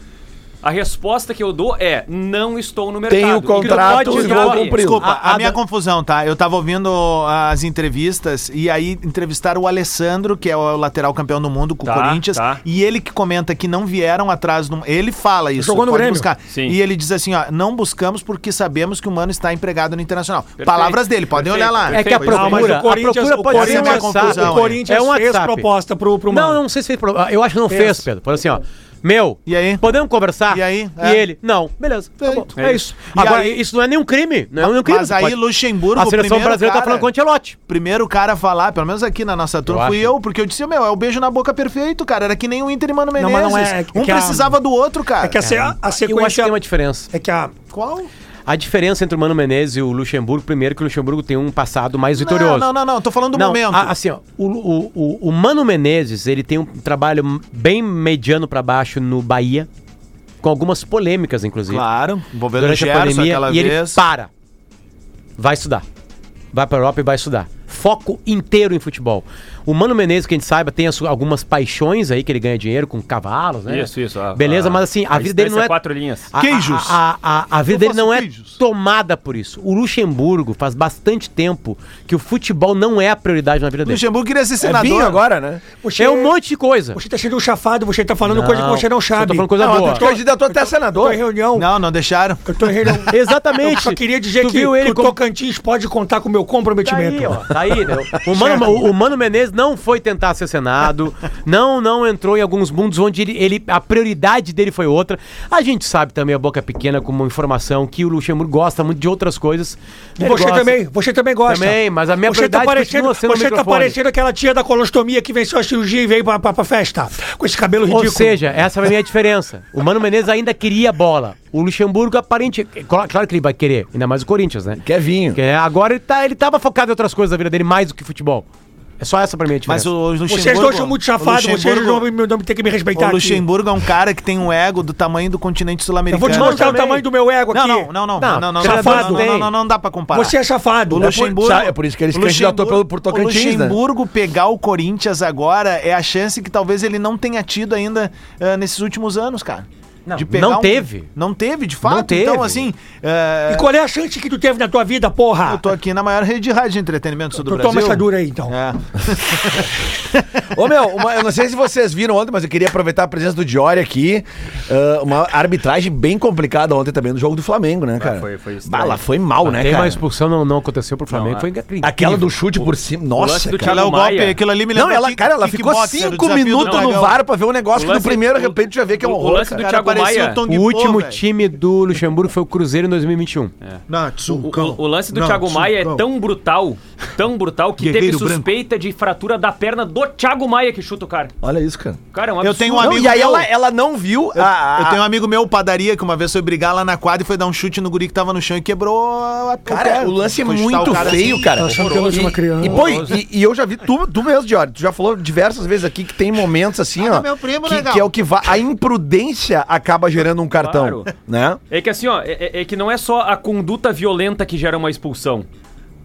G: a resposta que eu dou é, não estou no mercado.
E: Tem o
G: E que tu pode
E: contrato e
G: jogar
E: vou
G: aí.
E: cumprir.
C: Desculpa,
D: A-
G: Ah,
C: a,
D: a
C: minha
D: da-
C: confusão, tá? Eu tava ouvindo ah, as entrevistas e aí entrevistaram o Alessandro, que é o lateral campeão do mundo com o
G: Tá,
C: Corinthians,
G: tá.
C: e ele que comenta que não vieram atrás do. Ele fala isso.
F: Jogou no
C: pode
F: Grêmio.
C: buscar.
G: Sim.
C: E ele diz assim: ó, não buscamos porque sabemos que o Mano está empregado no Internacional.
G: Perfeito,
C: Palavras dele, podem olhar
G: perfeito,
C: lá.
D: É que a
G: Foi isso aí.
D: procura,
G: Não, mas
D: a procura pode
C: Corinthians-
D: ser um
C: o
D: WhatsApp.
C: Corinthians
D: é um
F: fez
D: WhatsApp.
F: proposta pro, pro
D: Não,
F: Mano.
D: não sei se fez. pro- Ah, Eu acho que não fez,
F: Fez.
D: Pedro. Falou assim, ó. Meu,
C: E aí?
D: podemos conversar?
C: E aí?
D: E
C: É.
D: ele? Não. Beleza, tá bom.
C: Feito.
D: É isso.
C: E
D: Agora,
C: aí-
D: isso não é nenhum crime. Não é nenhum crime.
C: Mas aí
D: Pode-
C: Luxemburgo,
D: A seleção
C: primeiro
D: brasileira tá
C: cara-
D: falando com o Antelote.
C: Primeiro cara a falar, pelo menos aqui na nossa turma,
D: Eu
C: fui
D: acho.
C: eu, porque eu disse, meu, é o beijo na boca perfeito, cara. Era que nem o Inter e Mano
F: Não,
C: Menezes.
F: mas não é- é que
C: um
F: a-
C: precisava do outro, cara.
F: É que a, se- a
D: Eu acho que
F: sequência.
D: tem uma diferença.
F: É que a.
C: Qual?
D: A diferença entre o Mano Menezes e o Luxemburgo, primeiro, é que o Luxemburgo tem um passado mais vitorioso.
C: Não, não, não, não. Tô falando do
D: Não,
C: momento.
D: a- assim, ó, o, o- o- o Mano Menezes, ele tem um trabalho bem mediano pra baixo no Bahia, com algumas polêmicas, inclusive.
C: claro. Envolvendo o
D: durante a
C: Gerson
D: pandemia
C: aquela
D: e ele
C: vez.
D: para. Vai estudar. Vai pra Europa e vai estudar. Foco inteiro em futebol. O Mano Menezes, que a gente saiba, tem as su- algumas paixões aí que ele ganha dinheiro com cavalos, né?
G: Isso, isso. a-
D: Beleza,
G: a-
D: mas assim, a, vida dele não
G: distância
D: é
G: quatro linhas.
D: a-
C: Queijos.
D: A, a- a- a vida
C: Eu
D: dele não
C: faço
D: é
C: queijos.
D: tomada por isso. O Luxemburgo faz bastante tempo que o futebol não é a prioridade na vida
C: O
D: dele.
C: Luxemburgo queria ser
E: É
C: senador.
E: vinho agora, né?
F: Você,
D: É um monte de coisa.
F: Você tá cheio de chafado, você tá falando coisa que você não
D: eu
F: sabe.
D: tô falando coisa
F: não,
D: boa.
F: Eu tô,
E: Candidatou até
F: eu tô em
E: senador.
F: reunião.
C: Não, não deixaram.
F: Eu tô em reunião.
D: Exatamente.
F: Eu só queria dizer
D: Tu
F: que,
D: viu ele
F: que o
D: como-
F: Tocantins pode contar com o meu
D: Tá
F: comprometimento.
D: aí, ó. Tá aí, né? O Mano, o- o Mano Menezes não foi tentar ser Senado, não, não entrou em alguns mundos onde ele, ele- a prioridade dele foi outra. A gente sabe também, a boca é pequena, como informação, que o Luxemburgo gosta muito de outras coisas. Ele
F: Você
D: gosta-
F: também, você também gosta.
D: Também, mas a minha
F: você tá
D: prioridade
F: parecendo,
D: continua sendo o
F: Você tá
D: microfone.
F: parecendo aquela tia da colostomia que venceu a cirurgia e veio pra, pra, pra festa. Com esse cabelo
D: Ou
F: ridículo.
D: seja, essa foi a minha diferença. O Mano Menezes ainda queria a bola. O Luxemburgo, aparente. cla- Claro que ele vai querer, ainda mais o Corinthians, né?
E: Quer vinho.
D: Porque agora ele, tá, ele tava focado em outras coisas da vida dele, mais do que futebol. É só essa pra mim a diferença.
C: Mas o, o Luxemburgo...
F: Vocês dois são muito
C: o
F: chafados, vocês
C: Luxemburgo-
F: não vão me- não tem que me respeitar
C: O
F: aqui.
C: Luxemburgo é um cara que tem um ego do tamanho do continente
F: Eu
C: sul-americano.
F: vou te mostrar o
D: também.
F: tamanho do meu ego
C: Não,
F: aqui.
C: não, não, não, não,
D: Não,
C: não, não,
D: safado
C: não,
D: tem.
C: não, não, não dá pra comparar.
F: Você é chafado.
C: O Luxemburgo,
E: sabe, é por isso que ele se
C: o
E: candidatou pelo-
C: Luxemburgo-
E: por Tocantins,
F: né?
C: O Luxemburgo pegar o Corinthians agora é a chance que talvez ele não tenha tido ainda ah, nesses últimos anos, cara. Não,
D: não teve.
C: Não teve, de fato.
D: Não teve.
C: Então, assim, ah,
F: E qual é a chance que tu teve na tua vida, porra?
C: eu tô aqui na maior rede de rádio de entretenimento do sul do
F: Tu
C: Brasil.
F: toma essa dura aí, então.
C: É.
E: Ô meu, uma- eu não sei se vocês viram ontem, mas eu queria aproveitar a presença do Diori aqui. Ah, uma arbitragem bem complicada ontem também no jogo do Flamengo, né, cara?
G: foi- foi estranho.
E: Bala, foi mal, né,
D: Tem
E: cara?
D: uma expulsão, não, não aconteceu pro Flamengo.
G: Não,
D: foi incrível.
E: Aquela do chute por cima. Nossa,
G: do
E: cara.
C: Ela é o golpe,
G: Maia.
C: aquilo ali me
E: Não,
C: lembrou
E: ela,
C: kick-
E: cara, ela ficou
C: kickboxer, o
E: cinco
C: desafio do
E: minutos no
C: dragão.
E: VAR pra ver um negócio
G: O
E: que
G: lance-
E: no primeiro,
G: o-
E: de repente, já vê que é um
G: o
E: horror.
G: lance
E: cara. um
G: do
C: Cara,
G: Thiago
C: parecia
G: Maia.
C: o Tom
D: O último
C: velho. É.
D: time do Luxemburgo foi o Cruzeiro em 2021.
C: Não,
G: O,
C: Tsucão.
G: o- o lance do
C: Não,
G: Thiago Maia é
C: Tsucão.
G: tão brutal, tão brutal, É que teve
C: Guerreiro
G: suspeita de fratura da perna do Thiago Maia que chuta o cara.
E: Olha isso, cara.
G: Cara, é um
C: Eu
G: absurdo.
C: tenho um
E: Não,
C: amigo
E: e aí
C: meu-
E: ela, é- Ah. ela não viu
C: Eu,
E: a, a-
C: eu tenho um amigo meu, padaria, que uma vez foi brigar lá na quadra e foi dar um chute no guri que tava no chão e quebrou a a-
E: Cara, o lance é
C: Foi chutar
E: muito
C: o cara
E: feio,
C: assim.
E: cara.
F: Achando que eu fosse uma criança.
E: E, pô, e, e eu já vi, tu, tu mesmo, Diori, tu já falou diversas vezes aqui que tem momentos assim,
C: Ah,
E: ó.
C: meu primo,
E: que,
C: legal.
E: que é o que vai. A imprudência acaba gerando um cartão.
G: Claro.
E: Né?
G: É que assim, ó, é, é- é que não é só a conduta violenta que gera uma expulsão.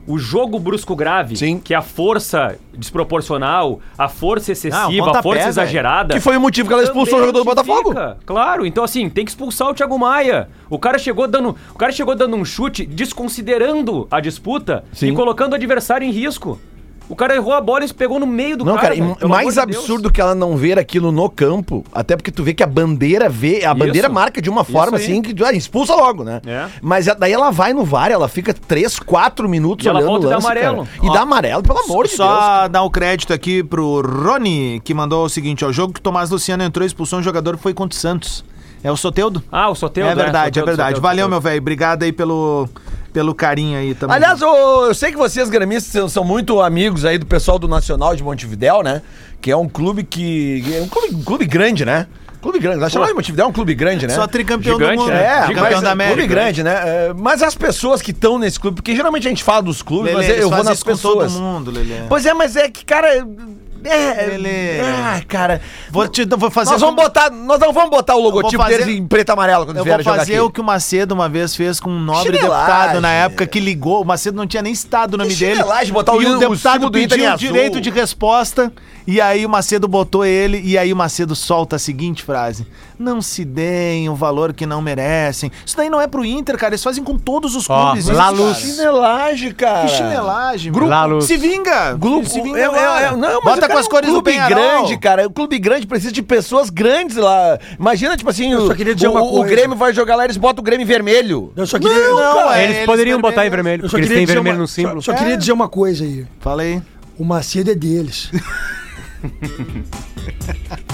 G: O jogo brusco grave,
E: Sim.
G: que é a força desproporcional, a força excessiva,
C: pontapé,
G: a força
C: velho.
G: exagerada.
E: Que foi o motivo que ela expulsou o
G: Também
E: jogador do Botafogo.
G: justifica. Claro, então assim, tem que expulsar o Thiago Maia. O cara chegou dando, o cara chegou dando um chute desconsiderando a disputa
E: Sim.
G: e colocando o adversário em risco. O cara errou a bola e pegou no meio do
E: Não, cara, e
G: velho, pelo
E: mais
G: amor de Deus.
E: absurdo que ela não ver aquilo no campo, até porque tu vê que a bandeira vê, a bandeira marca de uma forma
G: aí.
E: assim que ah, expulsa logo, né?
G: É.
E: Mas a- daí ela vai no VAR, ela fica 3, 4 minutos
G: E ela
E: olhando o
G: volta e dá
E: lance, cara.
G: amarelo.
E: E dá amarelo, pelo amor de Deus.
C: Só dar o crédito aqui pro Rony, que mandou o seguinte: ó, o jogo que o Tomás Luciano entrou e expulsou um jogador que foi contra o Santos. É o Soteudo?
G: Ah, o Soteldo.
C: é verdade, é
G: Soteldo,
C: verdade.
G: Soteldo,
C: Valeu,
G: Soteldo.
C: meu velho. Obrigado aí pelo, pelo carinho aí também.
E: Aliás, ô, eu sei que vocês, gramistas, são- são muito amigos aí do pessoal do Nacional de Montevidéu, né? Que é um clube que. É um clube, um clube grande, né? Clube grande. Nacional de Montevidéu é um clube grande, né?
C: só tricampeão
G: Gigante,
C: do mundo.
G: né?
E: É,
G: Gigante,
E: mas,
C: campeão da América.
E: clube grande, né? É, Mas as pessoas que estão nesse clube, porque geralmente a gente fala dos clubes,
C: Lelê,
E: mas é,
C: eles
E: eu vou
C: fazem
E: nas
C: isso com todo
E: pessoas.
C: mundo, né? Lelê.
E: Pois é, mas é que, cara. É.
C: Lelê.
E: Ah, cara.
C: Vou, te, vou fazer
E: Nós
C: como-
E: vamos botar. Nós não vamos botar o logotipo
C: fazer-
E: deles em preto e amarelo quando
C: Eu vou
E: eles vierem jogar
C: fazer
E: aqui.
C: o que o Macedo uma vez fez com um nobre
E: Chinelagem.
C: deputado na época que ligou. O Macedo não tinha nem citado o nome
E: Que
C: dele.
E: chinelagem, botar o
C: e
E: hino-
C: o
E: o
C: deputado
E: símbolo do Inter em
C: pediu o
E: azul.
C: direito de resposta. E aí o Macedo botou ele. E aí o Macedo solta a seguinte frase: Não se deem o valor que não merecem. Isso daí não é pro Inter, cara. Eles fazem com todos os
D: Ó,
C: clubes. isso,
D: La
C: cara.
D: Luz.
E: Chinelagem,
C: Que
E: cara.
C: chinelagem,
D: Grupo- La Luz.
C: Se vinga.
E: Grupo,
C: se vinga
E: é, é, é,
C: agora.
E: não, mas
C: Bota
E: cara,
C: com as cores
E: um
C: do
E: clube
C: Penharol.
E: grande, cara. O clube grande precisa de pessoas grandes lá. Imagina, tipo assim,
F: Eu
E: o,
F: só queria dizer
E: o-
F: uma
E: o
F: coisa.
E: Grêmio vai jogar lá, eles botam o Grêmio em vermelho.
F: Eu só queria.
C: Não, é,
D: eles, poderiam
C: vermelhos.
D: botar em vermelho,
F: Eu só
D: porque eles
F: queria
D: têm
F: dizer
D: vermelho
F: uma-
D: no símbolo.
F: Só, só queria dizer uma coisa aí.
C: Fala aí.
F: O Macedo é deles.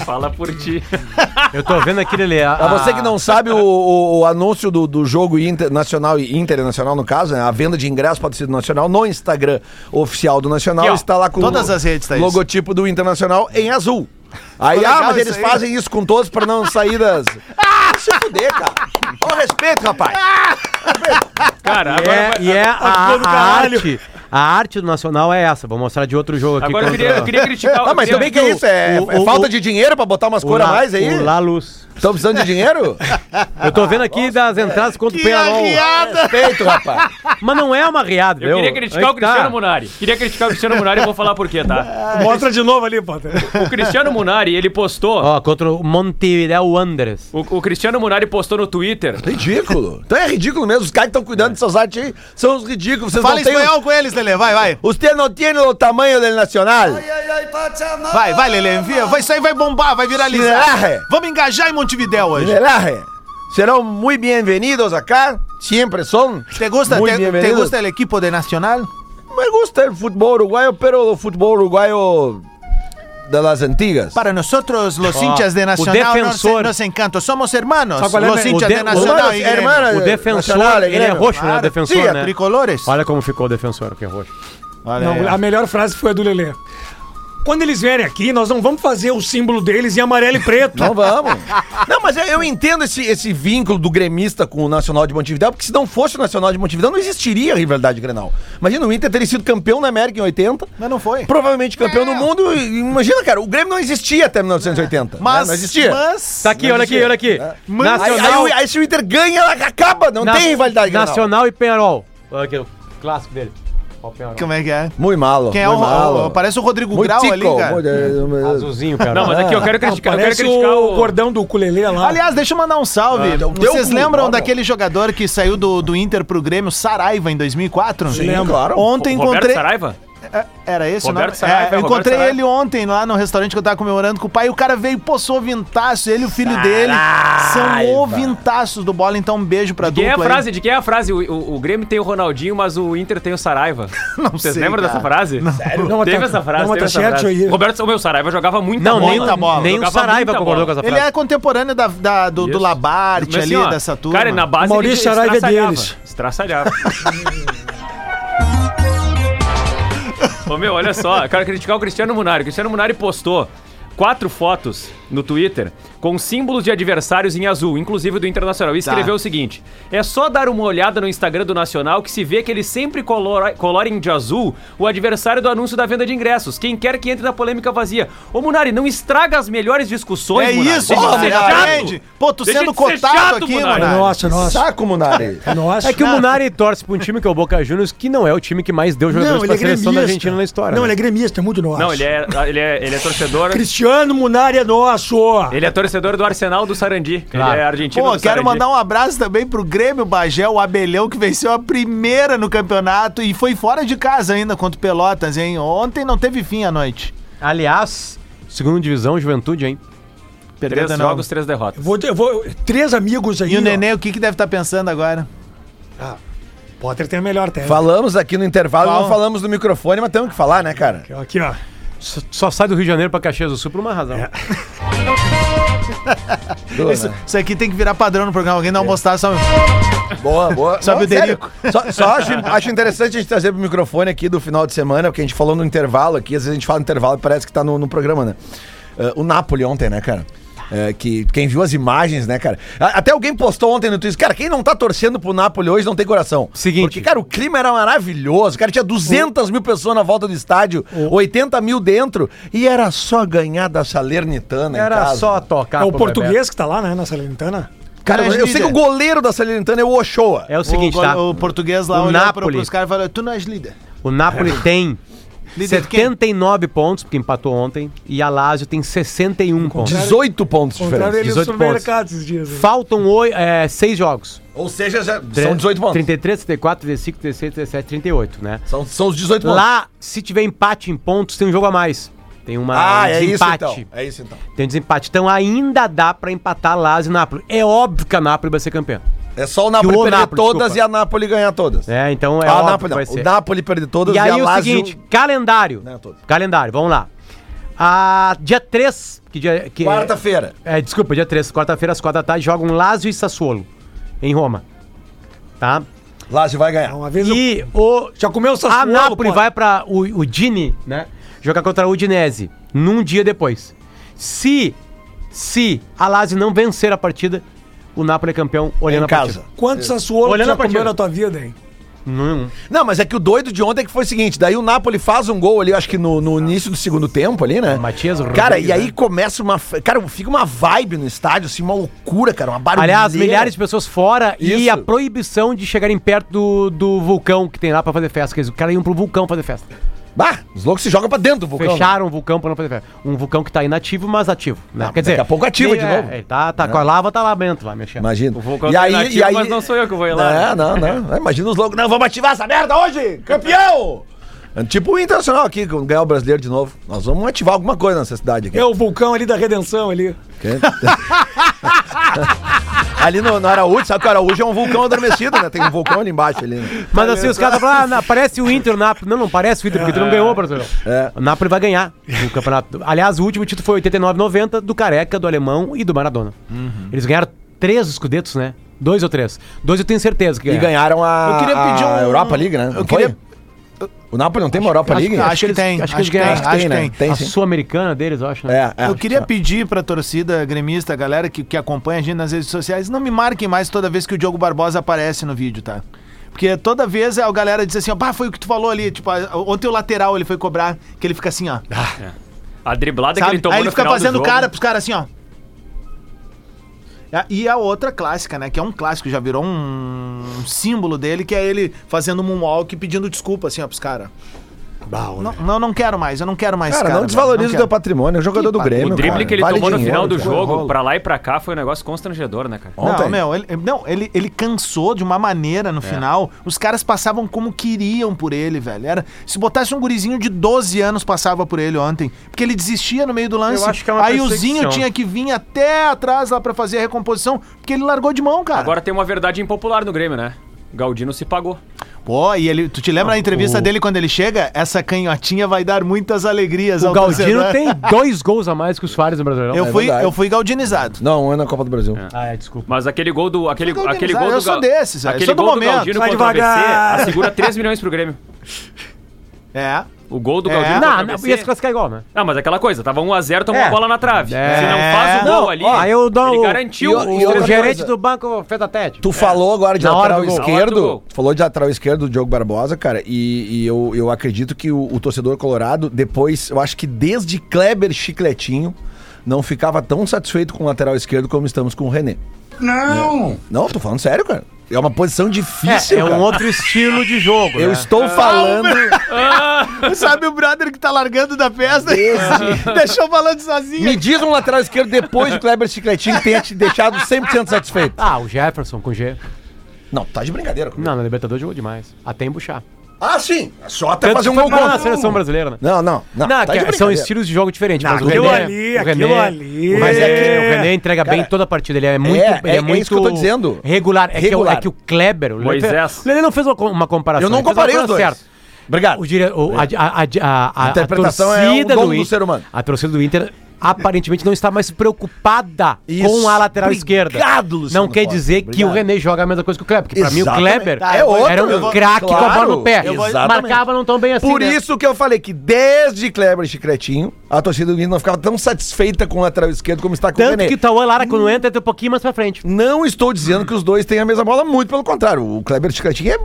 G: Fala por ti.
D: Eu tô vendo aqui, Lelê. A,
E: Pra você que não sabe, o, o- o anúncio do, do jogo inter- nacional e internacional, no caso, né, a venda de ingressos para o torcida nacional no Instagram oficial do Nacional
D: Aqui, ó,
E: está lá com
C: todas
E: o
C: as redes tá isso.
E: logotipo do Internacional em azul. Aí,
C: legal
E: ah, mas
C: isso
E: eles
C: aí.
E: fazem isso com todos para não sair das. Ah, se fuder, cara. Ó, o respeito, rapaz.
G: Cara,
D: E é,
G: agora,
D: e é a,
G: agora-
D: a
G: caralho.
D: arte. A arte do Nacional é essa. Vou mostrar de outro jogo aqui.
G: Agora eu
D: contra-
G: queria, eu queria criticar
E: Ah, mas
G: eu
E: também que
G: queria-
E: é isso? É,
D: o-
E: é
D: o-
E: falta
D: o-
E: de dinheiro para botar umas
D: o
E: cores a
D: La-
E: mais aí?
D: O La Luz.
E: Estão precisando de dinheiro?
D: Eu tô vendo aqui das entradas contra o Penarol.
E: Respeito, rapaz.
D: Mas não é uma riada,
G: Eu queria
D: entendeu?
G: criticar
D: Aí
G: o
D: que tá.
G: Cristiano Munari. Queria criticar o Cristiano Munari e vou falar por quê, tá?
F: Mostra de novo ali, Potter.
G: O Cristiano Munari, ele postou.
D: Ó, contra o Montevideo Wanderers.
G: O, o Cristiano Munari postou no Twitter.
E: Ridículo. Então é ridículo mesmo. Os caras que estão cuidando de seus artes aí são os ridículos. Vocês
C: Fala
E: não têm o-
C: espanhol com eles, Lelê. Vai, vai.
E: Usted não tiene o tamanho del nacional.
C: Vai, vai, Lelê. Envia. Vai, isso aí vai bombar, vai
E: Será? é.
C: viralizar. Vamos engajar em Montevidéu hoje.
E: Relaje. Serão muy bienvenidos acá. Siempre son.
C: Te gusta,
E: muy
C: te, te
E: bienvenidos.
C: gusta el equipo de Nacional?
E: Me gusta el fútbol uruguayo, pero el fútbol uruguayo de las antigas.
C: Para nosotros, los
D: Ó,
C: hinchas de
D: o
C: Nacional, nos,
D: defensor.
C: nos encanta. Somos hermanos,
D: Sabe qual é,
C: los
D: né?
C: hinchas
D: O
C: de,
D: de-
C: Nacional y Grêmio.
E: hermanos,
D: O defensor,
E: Nacional,
D: ele é
E: Grêmio.
D: roxo, né? O
C: Claro.
D: defensor,
C: Sim, é
D: né?
C: tricolores.
D: Olha como ficou o defensor, que é roxo.
C: Olha aí,
E: É.
F: Não,
C: ó.
F: a melhor frase foi a do Lelê. Quando eles vierem aqui, nós não vamos fazer o símbolo deles em amarelo e preto.
E: Não vamos. não, mas eu, eu entendo esse, esse vínculo do gremista com o Nacional de Montevidéu, porque se não fosse o Nacional de Montevidéu, não existiria a rivalidade Grenal. Imagina, o Inter teria sido campeão na América em 80.
C: Mas não foi.
E: Provavelmente campeão no mundo. e- Imagina, cara, o Grêmio não existia até 1980. né?
C: Mas,
E: Não existia. É.
C: mas...
D: Tá aqui, olha aqui, olha aqui.
E: Aí,
D: Nacional,
E: aí o- aí se o Inter ganha, ela acaba. Não
D: na-
E: tem rivalidade Grenal.
D: Nacional e Penarol. Olha aqui, o clássico dele. Ó, o Penarol.
C: Como é que é?
E: Muito malo.
C: Quem é o,
E: muito malo.
C: o- Parece o Rodrigo
E: Muito
C: Grau
E: tico,
C: ali, cara.
E: muito- é, é,
D: Azulzinho, cara.
G: Não, mas aqui eu quero
F: Não,
G: criticar, eu quero
F: Ah, parece
G: criticar
F: o...
G: o
F: cordão do ukulele lá.
C: Aliás, deixa eu mandar um salve.
E: Ah, deu-
C: Vocês
E: deu cu,
C: lembram
E: ó,
C: daquele jogador que saiu do, do Inter pro Grêmio, Saraiva, em 2004?
E: Sim, claro.
C: Ontem
G: Roberto
C: encontrei.
G: Saraiva?
C: É, Era esse o
G: Roberto
C: nome?
G: Saraiva,
C: É, eu
G: Roberto
C: encontrei
G: Saraiva.
C: ele ontem lá no restaurante que eu tava comemorando com o pai. E o cara veio, pô, sou ovintaço. Ele e o filho dele são ovintaços do bola. Então, um beijo pra
G: Quem
C: dupla.
G: é a
C: aí.
G: frase? De quem é a frase? O, o- o Grêmio tem o Ronaldinho, mas o Inter tem o Saraiva. Não Vocês
C: sei,
G: lembram
C: cara.
G: dessa frase? Sério?
F: Não, mas
G: teve
F: tá-
G: essa frase,
F: não,
G: teve
F: mas tá
G: essa
F: certo
G: frase.
F: aí.
G: Roberto, o meu Saraiva jogava muita
D: Não,
G: bola.
D: nem,
C: muita bola.
D: nem o
G: Jogava
D: Saraiva
G: muita
D: concordou
G: bola.
D: com essa frase.
C: Ele é contemporâneo da, da- do, do
G: Isso.
C: Labarte
G: Mas, assim,
C: ali,
G: ó,
C: dessa turma.
G: Cara, na base
F: Maurício
G: ele
F: Saraiva é
G: estraçalhava,
F: deles.
G: Estraçalhava. Ô meu, olha só, eu quero criticar o Cristiano Munari. O Cristiano Munari postou quatro fotos no Twitter com símbolos de adversários em azul, inclusive do Internacional.
C: Tá.
G: E escreveu o seguinte: é só dar uma olhada no Instagram do Nacional que se vê que eles sempre colora- colorem de azul o adversário do anúncio da venda de ingressos. Quem quer que entre na polêmica vazia. Ô Munari, não estraga as melhores discussões,
C: É
G: Munari.
C: isso,
G: Deixa de
C: Munari,
G: ser chato.
C: entende? Pô, tu
G: Deixa
C: sendo
G: de ser
C: cotado
G: chato,
C: aqui,
G: Munari.
C: Munari.
F: Nossa, nossa.
E: Saco, Munari.
F: Nossa.
D: É que o Munari torce pra um time que é o Boca Juniors, que não é o time que mais deu jogadores pra seleção da Argentina na história.
F: é Não,
D: né?
F: ele é gremista, é muito nosso.
G: Não, ele é, ele é, ele é torcedor.
F: Cristiano Munari é nosso.
G: Ele é torcedor do Arsenal do Sarandi.
D: Claro.
G: Ele é argentino.
C: Pô,
G: do
C: quero
G: Sarandi.
C: mandar um abraço também pro Grêmio Bagé, o Abelhão, que venceu a primeira no campeonato e foi fora de casa ainda contra o Pelotas, hein? Ontem não teve fim à noite.
D: Aliás, segunda divisão, juventude, hein?
G: três
C: Perdeu de
G: jogos,
C: novo.
G: três derrotas.
F: Vou, eu vou- três amigos aí.
C: E o
F: ó.
C: Nenê, o que, que deve estar pensando agora?
F: Potter tem a melhor técnica.
E: Falamos aqui no intervalo,
C: Fala.
E: não falamos no microfone, mas temos que falar, né, cara?
F: Aqui, ó.
D: S- Só sai do Rio de Janeiro pra Caxias do Sul por uma razão.
E: Boa,
C: Isso,
E: né?
C: isso aqui tem que virar padrão no programa. Alguém não
D: É.
C: mostrar só.
E: Boa, boa.
C: Sobe
E: Não,
C: o Derico.
E: sério, Só, só acho, acho interessante a gente trazer pro microfone aqui do final de semana, porque a gente falou no intervalo aqui, às vezes a gente fala no intervalo e parece que tá no, no programa, né? Eh, o Napoli ontem, né, cara? Eh, que quem viu as imagens, né, cara? A- Até alguém postou ontem no Twitter, cara, quem não tá torcendo pro Napoli hoje não tem coração.
D: Seguinte.
E: Porque, cara, o clima era maravilhoso, cara, tinha 200 mil pessoas na volta do estádio, 80 mil dentro, e era só ganhar da Salernitana em
D: Era
E: casa.
D: só tocar.
F: É o
D: pro
F: português que tá lá, né, na Salernitana.
E: Cara, eu, eu sei que o goleiro da Salernitana é o Ochoa.
D: Bebeto. É o seguinte,
C: o,
D: tá?
C: o português lá
D: O
C: olhou pro,
D: Napoli.
C: pros caras e falou: Tu não és líder.
D: O Napoli tem
C: Líder de quem?
D: 79 pontos, porque empatou ontem, e a Lazio tem 61 pontos.
E: 18 pontos de diferença.
F: Encontraram ele no
D: 18
F: supermercado esses dias. hein?
D: Faltam oi, é, seis jogos.
E: Ou seja, já são 18 pontos.
D: 33, 34, 35, 36, 37, 38, né?
E: São, são os 18 pontos.
D: Lá, se tiver empate em pontos, tem um jogo a mais. Tem uma,
E: ah,
D: um
E: é isso
D: desempate.
E: então. É isso então.
D: Tem um desempate. Então ainda dá pra empatar Lazio e Napoli. É óbvio que a Napoli vai ser campeã.
E: É só o Napoli
D: o
E: perder
D: Napoli,
E: todas
D: desculpa.
E: e a Napoli ganhar todas.
D: É, então é
E: ah, a
D: óbvio
E: Napoli
D: que vai
E: não. O
D: ser.
E: Napoli perder todas
D: E aí
E: a
D: o
E: Lazio-
D: seguinte, calendário.
E: Não, todos.
D: Calendário, vamos lá. Ah, dia 3. Que dia, que é-
E: Quarta-feira.
D: É, desculpa, dia 3. Quarta-feira, às 4 da tarde, jogam Lazio e Sassuolo, em Roma. Tá?
E: Lazio vai ganhar.
F: É,
D: Então,
F: Uma vez eu
D: E o.
F: já comeu o
D: A
F: Sassuolo,
D: Napoli
F: pô.
D: vai pra o, o Dini, né? Jogar contra o Udinese num dia depois. Se. Se a Lazio não vencer a partida, o Napoli é campeão olhando
E: Em
D: a partida.
E: casa.
F: Quantos Sassuolo tu
D: Olhando
F: já
D: a partida.
F: comeu na tua vida, hein?
D: Não,
E: Não, mas é que o doido de ontem é que foi o seguinte: daí o Napoli faz um gol ali, acho que no, no início do segundo tempo ali, né?
D: Tá. Matias
E: Cara,
D: Rodrigues,
E: e aí
D: né?
E: começa uma. f- Cara, fica uma vibe no estádio, assim, uma loucura, cara, uma barulheira.
D: Aliás, milhares de pessoas fora e
E: Isso.
D: a proibição de chegarem perto do, do vulcão que tem lá pra fazer festa. Que eles- os caras iam pro vulcão fazer festa.
E: Bah, os loucos se jogam pra dentro do vulcão.
D: Fecharam o vulcão pra não fazer festa. Um vulcão que tá inativo, mas ativo. Né?
E: Ah, mas daqui a pouco ativa
D: ele-
E: de
D: é,
E: novo.
D: ele tá, tá com a lava, tá lá dentro, lá mexendo.
E: Imagina.
G: O vulcão tá inativo, mas não sou eu que vou ir lá.
E: Não, não, não. Imagina os loucos. Não, vamos ativar essa merda hoje! Campeão! É Tipo o Internacional aqui, quando ganhar o brasileiro de novo. Nós vamos ativar alguma coisa nessa cidade aqui.
F: É o vulcão ali da redenção ali.
E: Ok? ali no, no Araújo, sabe que o Araújo é um vulcão adormecido, né? Tem um vulcão ali embaixo ali. Né?
D: Mas assim, os caras falam, ah, na- parece o Inter, o Napoli. Não, não parece o Inter, porque o Inter não ganhou, Brasileirão.
E: É.
D: O Napoli vai ganhar o campeonato. Aliás, o último título foi 89-90 do Careca, do Alemão e do Maradona.
E: Uhum.
D: Eles ganharam três escudetos, né? Dois ou três. Dois eu tenho certeza que
E: E ganharam a,
C: Eu queria pedir
E: a
C: um-
E: Europa League, né?
C: eu
E: Não
C: queria-
E: foi? O Napoli não tem uma Europa League?
C: acho que tem,
D: Acho que né? eles
C: acho que
D: ganharam
C: tem, acho que tem.
E: Tem
D: a
E: sim.
D: sul-americana deles, eu acho. né?
E: É, é.
C: Eu queria pedir pra torcida gremista, a galera que, que acompanha a gente nas redes sociais, não me marquem mais toda vez que o Diogo Barbosa aparece no vídeo, tá? Porque toda vez a galera diz assim, ó, pá, foi o que tu falou ali. Tipo, a- ontem o lateral ele foi cobrar, que ele fica assim, ó.
G: A driblada que
C: sabe?
G: ele tomou
C: Aí ele
G: no
C: fica
G: final do
C: fazendo
G: jogo.
C: cara pros caras assim, ó. E a- E a outra clássica, né? Que é um clássico, já virou um símbolo dele, que é ele fazendo moonwalk e pedindo desculpa, assim, ó, pros caras. Não, não, não quero mais, eu não quero mais. esse
E: Cara, não
C: velho,
E: desvaloriza o
C: quero.
E: teu patrimônio. É um jogador do
C: Que
E: Grêmio.
G: O drible
E: cara.
G: que ele
E: Vale
G: tomou no
E: dinheiro,
G: final do
E: cara.
G: jogo, pra lá e pra cá, foi um negócio constrangedor, né, cara?
E: Ontem.
C: Não, meu, ele, não, ele, ele cansou de uma maneira no final. Os caras passavam como queriam por ele, velho. Era, se botasse um gurizinho de 12 anos, passava por ele ontem. Porque ele desistia no meio do lance.
D: Eu acho que é uma
C: Aí o Zinho
D: perseguição.
C: tinha que vir até atrás lá pra fazer a recomposição, porque ele largou de mão, cara.
G: Agora tem uma verdade impopular no Grêmio, né? Galdino se pagou.
C: Pô, e ele. Tu te lembra da entrevista dele quando ele chega? Essa canhotinha vai dar muitas alegrias
D: O
E: Então,
C: ao
D: Galdino
C: torcedor.
D: tem dois gols a mais que os Soares no Brasileirão.
C: Eu,
E: É
C: fui,
E: verdade.
C: eu fui galdinizado.
E: Não, um ano na Copa do Brasil.
D: Ah, é, desculpa.
G: Mas aquele gol do. Aquele,
C: Foi gol
G: aquele
C: organizado,
G: gol do
C: eu sou
G: Gal-
C: desses, velho, eu
G: Aquele
C: sou do
G: gol
C: momento.
G: Galdino
F: Vai
G: contra o
F: devagar.
G: ABC assegura 3 milhões pro Grêmio.
C: É.
G: O gol do
C: É.
G: Galdino contra
D: Não,
G: o
D: não,
G: ABC.
D: ia se classificar igual, né?
G: Ah, mas aquela coisa, tava 1x0, tomou
D: É.
G: a bola na trave. Se não faz o
D: Não,
G: gol ali,
D: ó, aí eu dou
G: ele
D: o-
G: garantiu
E: e
G: o,
E: o- e
D: O
E: outra
D: gerente
E: coisa.
D: do banco fez a TED.
E: Tu falou agora de
D: Na hora
E: lateral
D: do gol.
G: Na hora do
E: esquerdo.
G: gol.
E: Tu falou de lateral esquerdo do Diogo Barbosa, cara. E, e eu, eu acredito que o, o torcedor colorado, depois, eu acho que desde Kleber Chicletinho, não ficava tão satisfeito com o lateral esquerdo como estamos com o René. Não! Não, tô falando sério, cara. É uma posição difícil.
D: É, é um
E: cara.
D: outro estilo de jogo.
E: Eu
D: né?
E: estou falando
C: Sabe o brother que tá largando da festa?
E: desde.
C: Deixou o balanço sozinho.
E: Me diz um lateral esquerdo depois do Kleber Chicletinho que tenha te deixado 100% satisfeito.
D: Ah, o Jefferson com G.
E: Não, tá de brincadeira. comigo.
D: Não, na Libertadores jogou demais. Até embuchar.
E: Ah, sim. Só até
D: Tanto
E: fazer um
D: que foi
E: gol
D: pra na
E: contra.
D: seleção brasileira, né?
E: Não, não, não.
D: Não, que
E: tá de
D: são
E: brincadeira.
D: estilos de jogo diferentes. mas
F: aquilo
D: o René,
F: ali,
D: o René,
F: aquilo ali.
D: O René,
F: Mas é
E: que-
D: o René entrega bem
E: Cara,
D: toda a partida. Ele é muito,
E: é,
D: ele é,
E: é
D: muito
E: isso que eu tô dizendo.
D: regular. É,
E: Regular.
D: Que, o, é que o Kleber, o Lele-
G: Moisés.
D: o Lele não fez uma, co- uma comparação.
E: Eu não
D: ele fez uma
E: comparei os
D: coisa
E: dois. Tá Obrigado.
D: O dire... o- a, a, a, a- a- a
E: Interpretação é o
D: torcida
E: dom
D: do,
E: do
D: Inter-
E: ser humano.
D: A torcida do Inter aparentemente não está mais preocupada
E: Isso.
D: com a lateral
E: Obrigado,
D: esquerda.
E: Luciano
D: não quer
E: Potter.
D: dizer que
E: Obrigado.
D: o René joga a mesma coisa que o Kleber. Porque pra mim o
E: Exatamente.
D: Kleber
E: Tá, eu vou-
D: era
E: eu vou-
D: um craque com a bola
E: Claro,
D: no pé.
E: eu vou-
D: Marcava não tão bem assim.
E: É Por
D: né?
E: isso que eu falei que desde Kleber e Chicletinho, a torcida do Inter não ficava tão satisfeita com o lateral esquerdo como está com o
D: Tanto
E: René.
D: que o Tauan Lara, quando entra, entra um pouquinho mais pra frente.
E: Não estou dizendo que os dois têm a mesma bola, muito pelo contrário. O Kleber e Chicletinho é...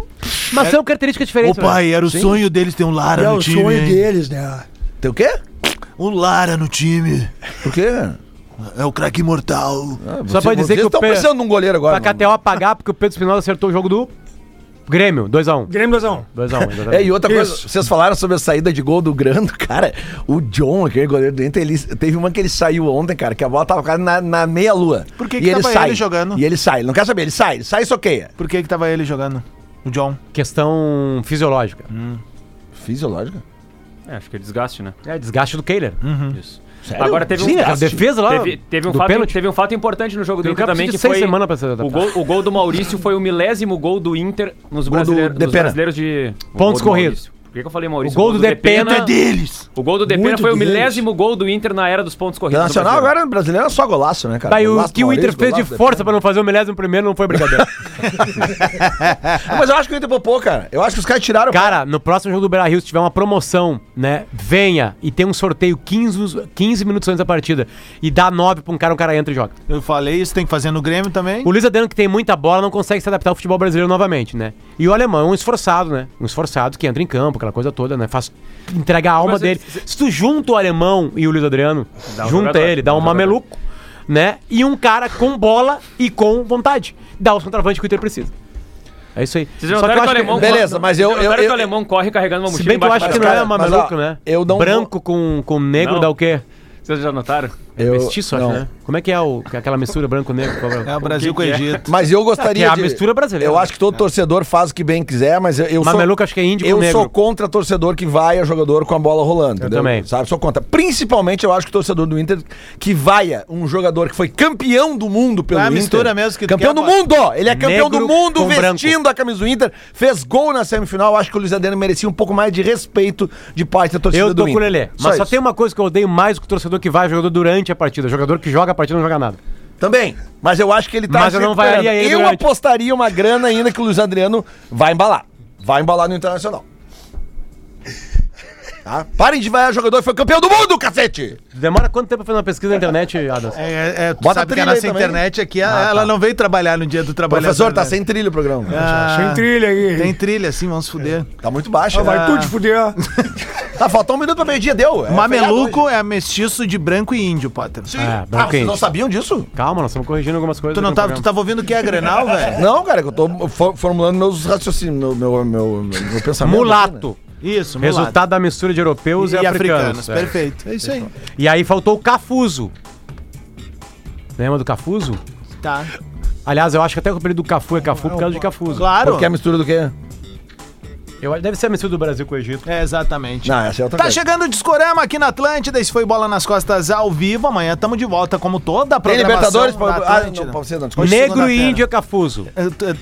D: Mas são características diferentes.
C: Opa,
D: velho.
C: e era o sonho deles ter um Lara
F: É
C: no
F: o
C: time.
F: sonho
C: hein?
F: deles, né?
E: Tem o quê?
C: Um Lara no time.
E: Por quê?
C: É o craque imortal.
D: Só pra dizer que o
E: estão
D: Pe-
E: precisando de um goleiro agora.
D: Pra KTO apagar, porque o Pedro Espinosa acertou o jogo do Grêmio. 2x1.
F: Grêmio 2x1.
D: 2x1,
E: É, e
D: exatamente.
E: outra coisa,
F: Isso.
E: vocês falaram sobre a saída de gol do Grando, cara. O John, aquele goleiro do Inter, ele, teve uma que ele saiu ontem, cara, que a bola tava quase na, na meia-lua.
C: Por que
E: e
C: que
E: ele
C: tava
E: sai.
C: ele jogando?
E: E ele sai, ele não quer saber, ele sai, ele sai e soqueia.
C: Por que que tava ele jogando? O John.
D: Questão fisiológica.
E: Hum. Fisiológica?
G: É, acho que é desgaste, né?
D: É, desgaste do Keiler.
E: Hum.
G: Isso. Agora teve
D: Sim,
G: um
D: a defesa lá.
G: Teve, teve um
D: do
G: fato,
D: pênalti.
G: teve um fato importante no jogo do
D: Tem um
G: Inter
D: cara
G: também,
D: de
G: que
D: seis
G: foi
D: semanas pra ser
G: o, gol, o gol do Maurício foi o milésimo gol do Inter nos,
E: Gol do
G: brasileiros,
E: De
G: nos
E: Pena.
G: brasileiros de... o
D: Pontos
G: gol do
D: corridos.
G: Maurício. Por que, que eu falei Maurício?
D: O gol do Depena é
G: deles. O gol do Depena foi o milésimo gol do Inter na era dos pontos corridos. do
E: Internacional
G: brasileiro.
E: agora brasileiro é só golaço, né, cara?
D: Daí o
E: Golaço
D: que
E: do
D: o Inter
E: Maurício,
D: fez de
E: golaço do
D: força pra não fazer o milésimo primeiro não foi brincadeira.
E: Depena. Ah, mas eu acho que o Inter popou, cara. Eu acho que os caras tiraram.
D: Cara, no próximo jogo do Beira Rio, se tiver uma promoção, né? Venha e tem um sorteio 15, 15 minutos antes da partida e dá 9 pra um cara, o cara entra e joga.
C: Eu falei isso, tem que fazer no Grêmio também.
D: O Luiz Adriano, que tem muita bola, não consegue se adaptar ao futebol brasileiro novamente, né? E o alemão é um esforçado, né? Um esforçado que entra em campo, aquela coisa toda, né? Faz, entrega a alma
G: Mas
D: dele.
G: se-
D: Se tu junta o alemão e o Luiz Adriano, junta
G: jogador,
D: ele, dá
G: dá
D: um
G: um jogador.
D: mameluco, né? E um cara com bola e com vontade. Dá o centroavante que o Inter precisa. É isso aí.
G: Vocês notaram que o alemão...
E: que- Beleza, mas eu-
G: Vocês
E: eu-
G: notaram
E: eu-
G: que o alemão corre carregando uma
D: Se
G: mochila
D: bem que eu
G: embaixo
D: acho
G: da
D: que não
G: cara?
D: é
E: mas,
D: mameluco,
E: ó,
D: né?
E: eu não
D: Branco com, com negro
G: Não.
D: dá o quê?
G: Vocês já notaram?
E: Eu-
D: Mestiço, acho,
E: não.
D: né? Como é que é o, aquela mistura branco-negro?
C: É o Brasil com o
G: que que é?
C: Egito.
E: Mas eu gostaria.
D: É a mistura brasileira.
E: Eu acho que todo torcedor faz o que bem quiser, mas eu, eu sou.
D: Mameluco, acho que é índio
E: Eu
D: com negro.
E: sou contra torcedor que vai a jogador com a bola rolando. entendeu?
D: também.
E: Sabe? Sou contra. Principalmente eu acho que o torcedor do Inter que vaia um jogador que foi campeão do mundo pelo
C: É a
E: Inter.
C: mistura mesmo que tu
E: Campeão
C: quer,
E: do
C: pô.
E: mundo! ó. Ele é campeão
D: Negro
E: do mundo
D: com branco.
E: vestindo a camisa do Inter. Fez gol na semifinal. Acho que o Luiz Adriano merecia um pouco mais de respeito de parte da torcida
D: Eu tô
E: do Inter.
D: com o Lelê. Mas só
E: isso.
D: tem uma coisa que eu odeio mais do que o torcedor que vai, jogador durante a partida. Jogador que joga a partida não joga nada.
E: Também. Mas eu acho que ele tá.
D: Mas eu
E: se
D: não vaiaria
E: recuperando.
D: ele
E: Eu
D: durante.
E: apostaria uma grana ainda que o Luiz Adriano vai embalar. Vai embalar no Internacional. Tá? Parem de vaiar jogador, foi campeão do mundo, cacete!
D: Demora quanto tempo pra fazer uma pesquisa na internet, Adams?
C: É, é, é, tu
E: Bota
C: sabe que
E: trilha
C: a
E: aí
C: nossa
E: também.
C: internet aqui, ela não veio trabalhar no dia do trabalhador.
E: Professor, tá
C: né?
E: sem trilho o programa.
C: Ah,
F: Sem trilha aí.
C: Tem trilha, É. sim, vamos fuder.
E: Tá muito baixo.
F: Ah,
E: né?
F: Vai tu te fuder.
E: Tá, faltou um minuto pra meio-dia, deu. É feriado
C: Mameluco é mestiço de branco e índio, Potter. É,
E: hoje.
D: Ah,
E: Ah,
D: branco
E: vocês não
D: quente.
E: sabiam disso?
D: Calma, nós estamos corrigindo algumas coisas.
C: Tu não
D: aqui no
C: tava, tu
D: programa.
C: tava ouvindo o que é Grenal, velho?
E: Não, cara, é que eu tô for- formulando meus raciocínios, meu, meu, meu, meu pensamento.
D: Mulato.
C: Isso, mulato.
D: Resultado da mistura de europeus e,
C: e africanos.
D: africanos. é.
C: Perfeito. É isso aí.
D: E aí faltou o Cafuso. Lembra do Cafuso?
C: Tá.
D: Aliás, eu acho que até o apelido do Cafu é Cafu por causa de Cafuso.
C: Claro.
E: Porque é a mistura do quê?
D: Eu, acho- deve ser a mistura do Brasil com o Egito.
C: É, exatamente.
E: Não, essa é outra
C: Tá
E: coisa.
C: chegando o Discorama aqui na Atlântida. Esse foi Bola nas Costas ao vivo. Amanhã estamos de volta, como toda a
E: Tem
C: programação
E: Libertadores?
C: Tem
E: Pra... Ah, não, pra você não. desculpa.
C: Hoje,
D: Negro e
C: segunda-feira.
D: índio é Cafuso.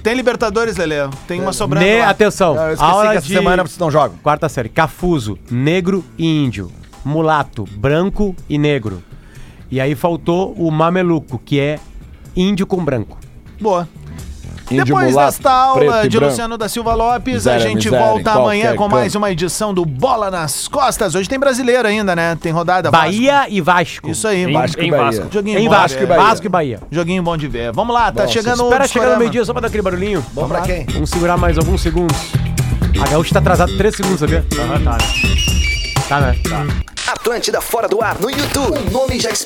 C: Tem Libertadores, Lelê. Tem
E: É,
C: uma sobrando
E: né,
D: Ne-
C: lá.
D: Atenção,
E: Eu esqueci
D: aula
E: que essa
D: de...
E: semana vocês não jogam.
D: Quarta série. Cafuso, negro e índio. Mulato, branco e negro. E aí faltou o mameluco, que é índio com branco.
C: Boa.
E: Índio,
C: Depois
E: mulato,
C: desta aula
E: preto e
C: de
E: branco.
C: Luciano da Silva Lopes,
E: Miséria,
C: a gente
E: miséria,
C: volta
E: em
C: amanhã
E: qualquer
C: com mais
E: canto.
C: uma edição do Bola nas Costas. Hoje tem brasileiro ainda, né? Tem rodada. Vasco.
D: Bahia e Vasco.
C: Isso aí,
G: Em-
E: Vasco e
G: em
E: Bahia.
G: Vasco.
C: Joguinho
D: Em
C: bom de
D: Vasco,
C: ver.
D: e Bahia. Vasco e Bahia.
C: Joguinho bom de ver. Vamos lá, tá
E: Bom,
C: chegando o
D: Espera chegar no
C: Discorama.
D: meio-dia só pra dar aquele barulhinho.
E: Bom pra quem?
D: Vamos segurar mais alguns segundos. A Gaúcha tá atrasada 3 segundos, sabia? Tá, né? Tá, né?
I: Atlântida fora do ar no YouTube. O nome já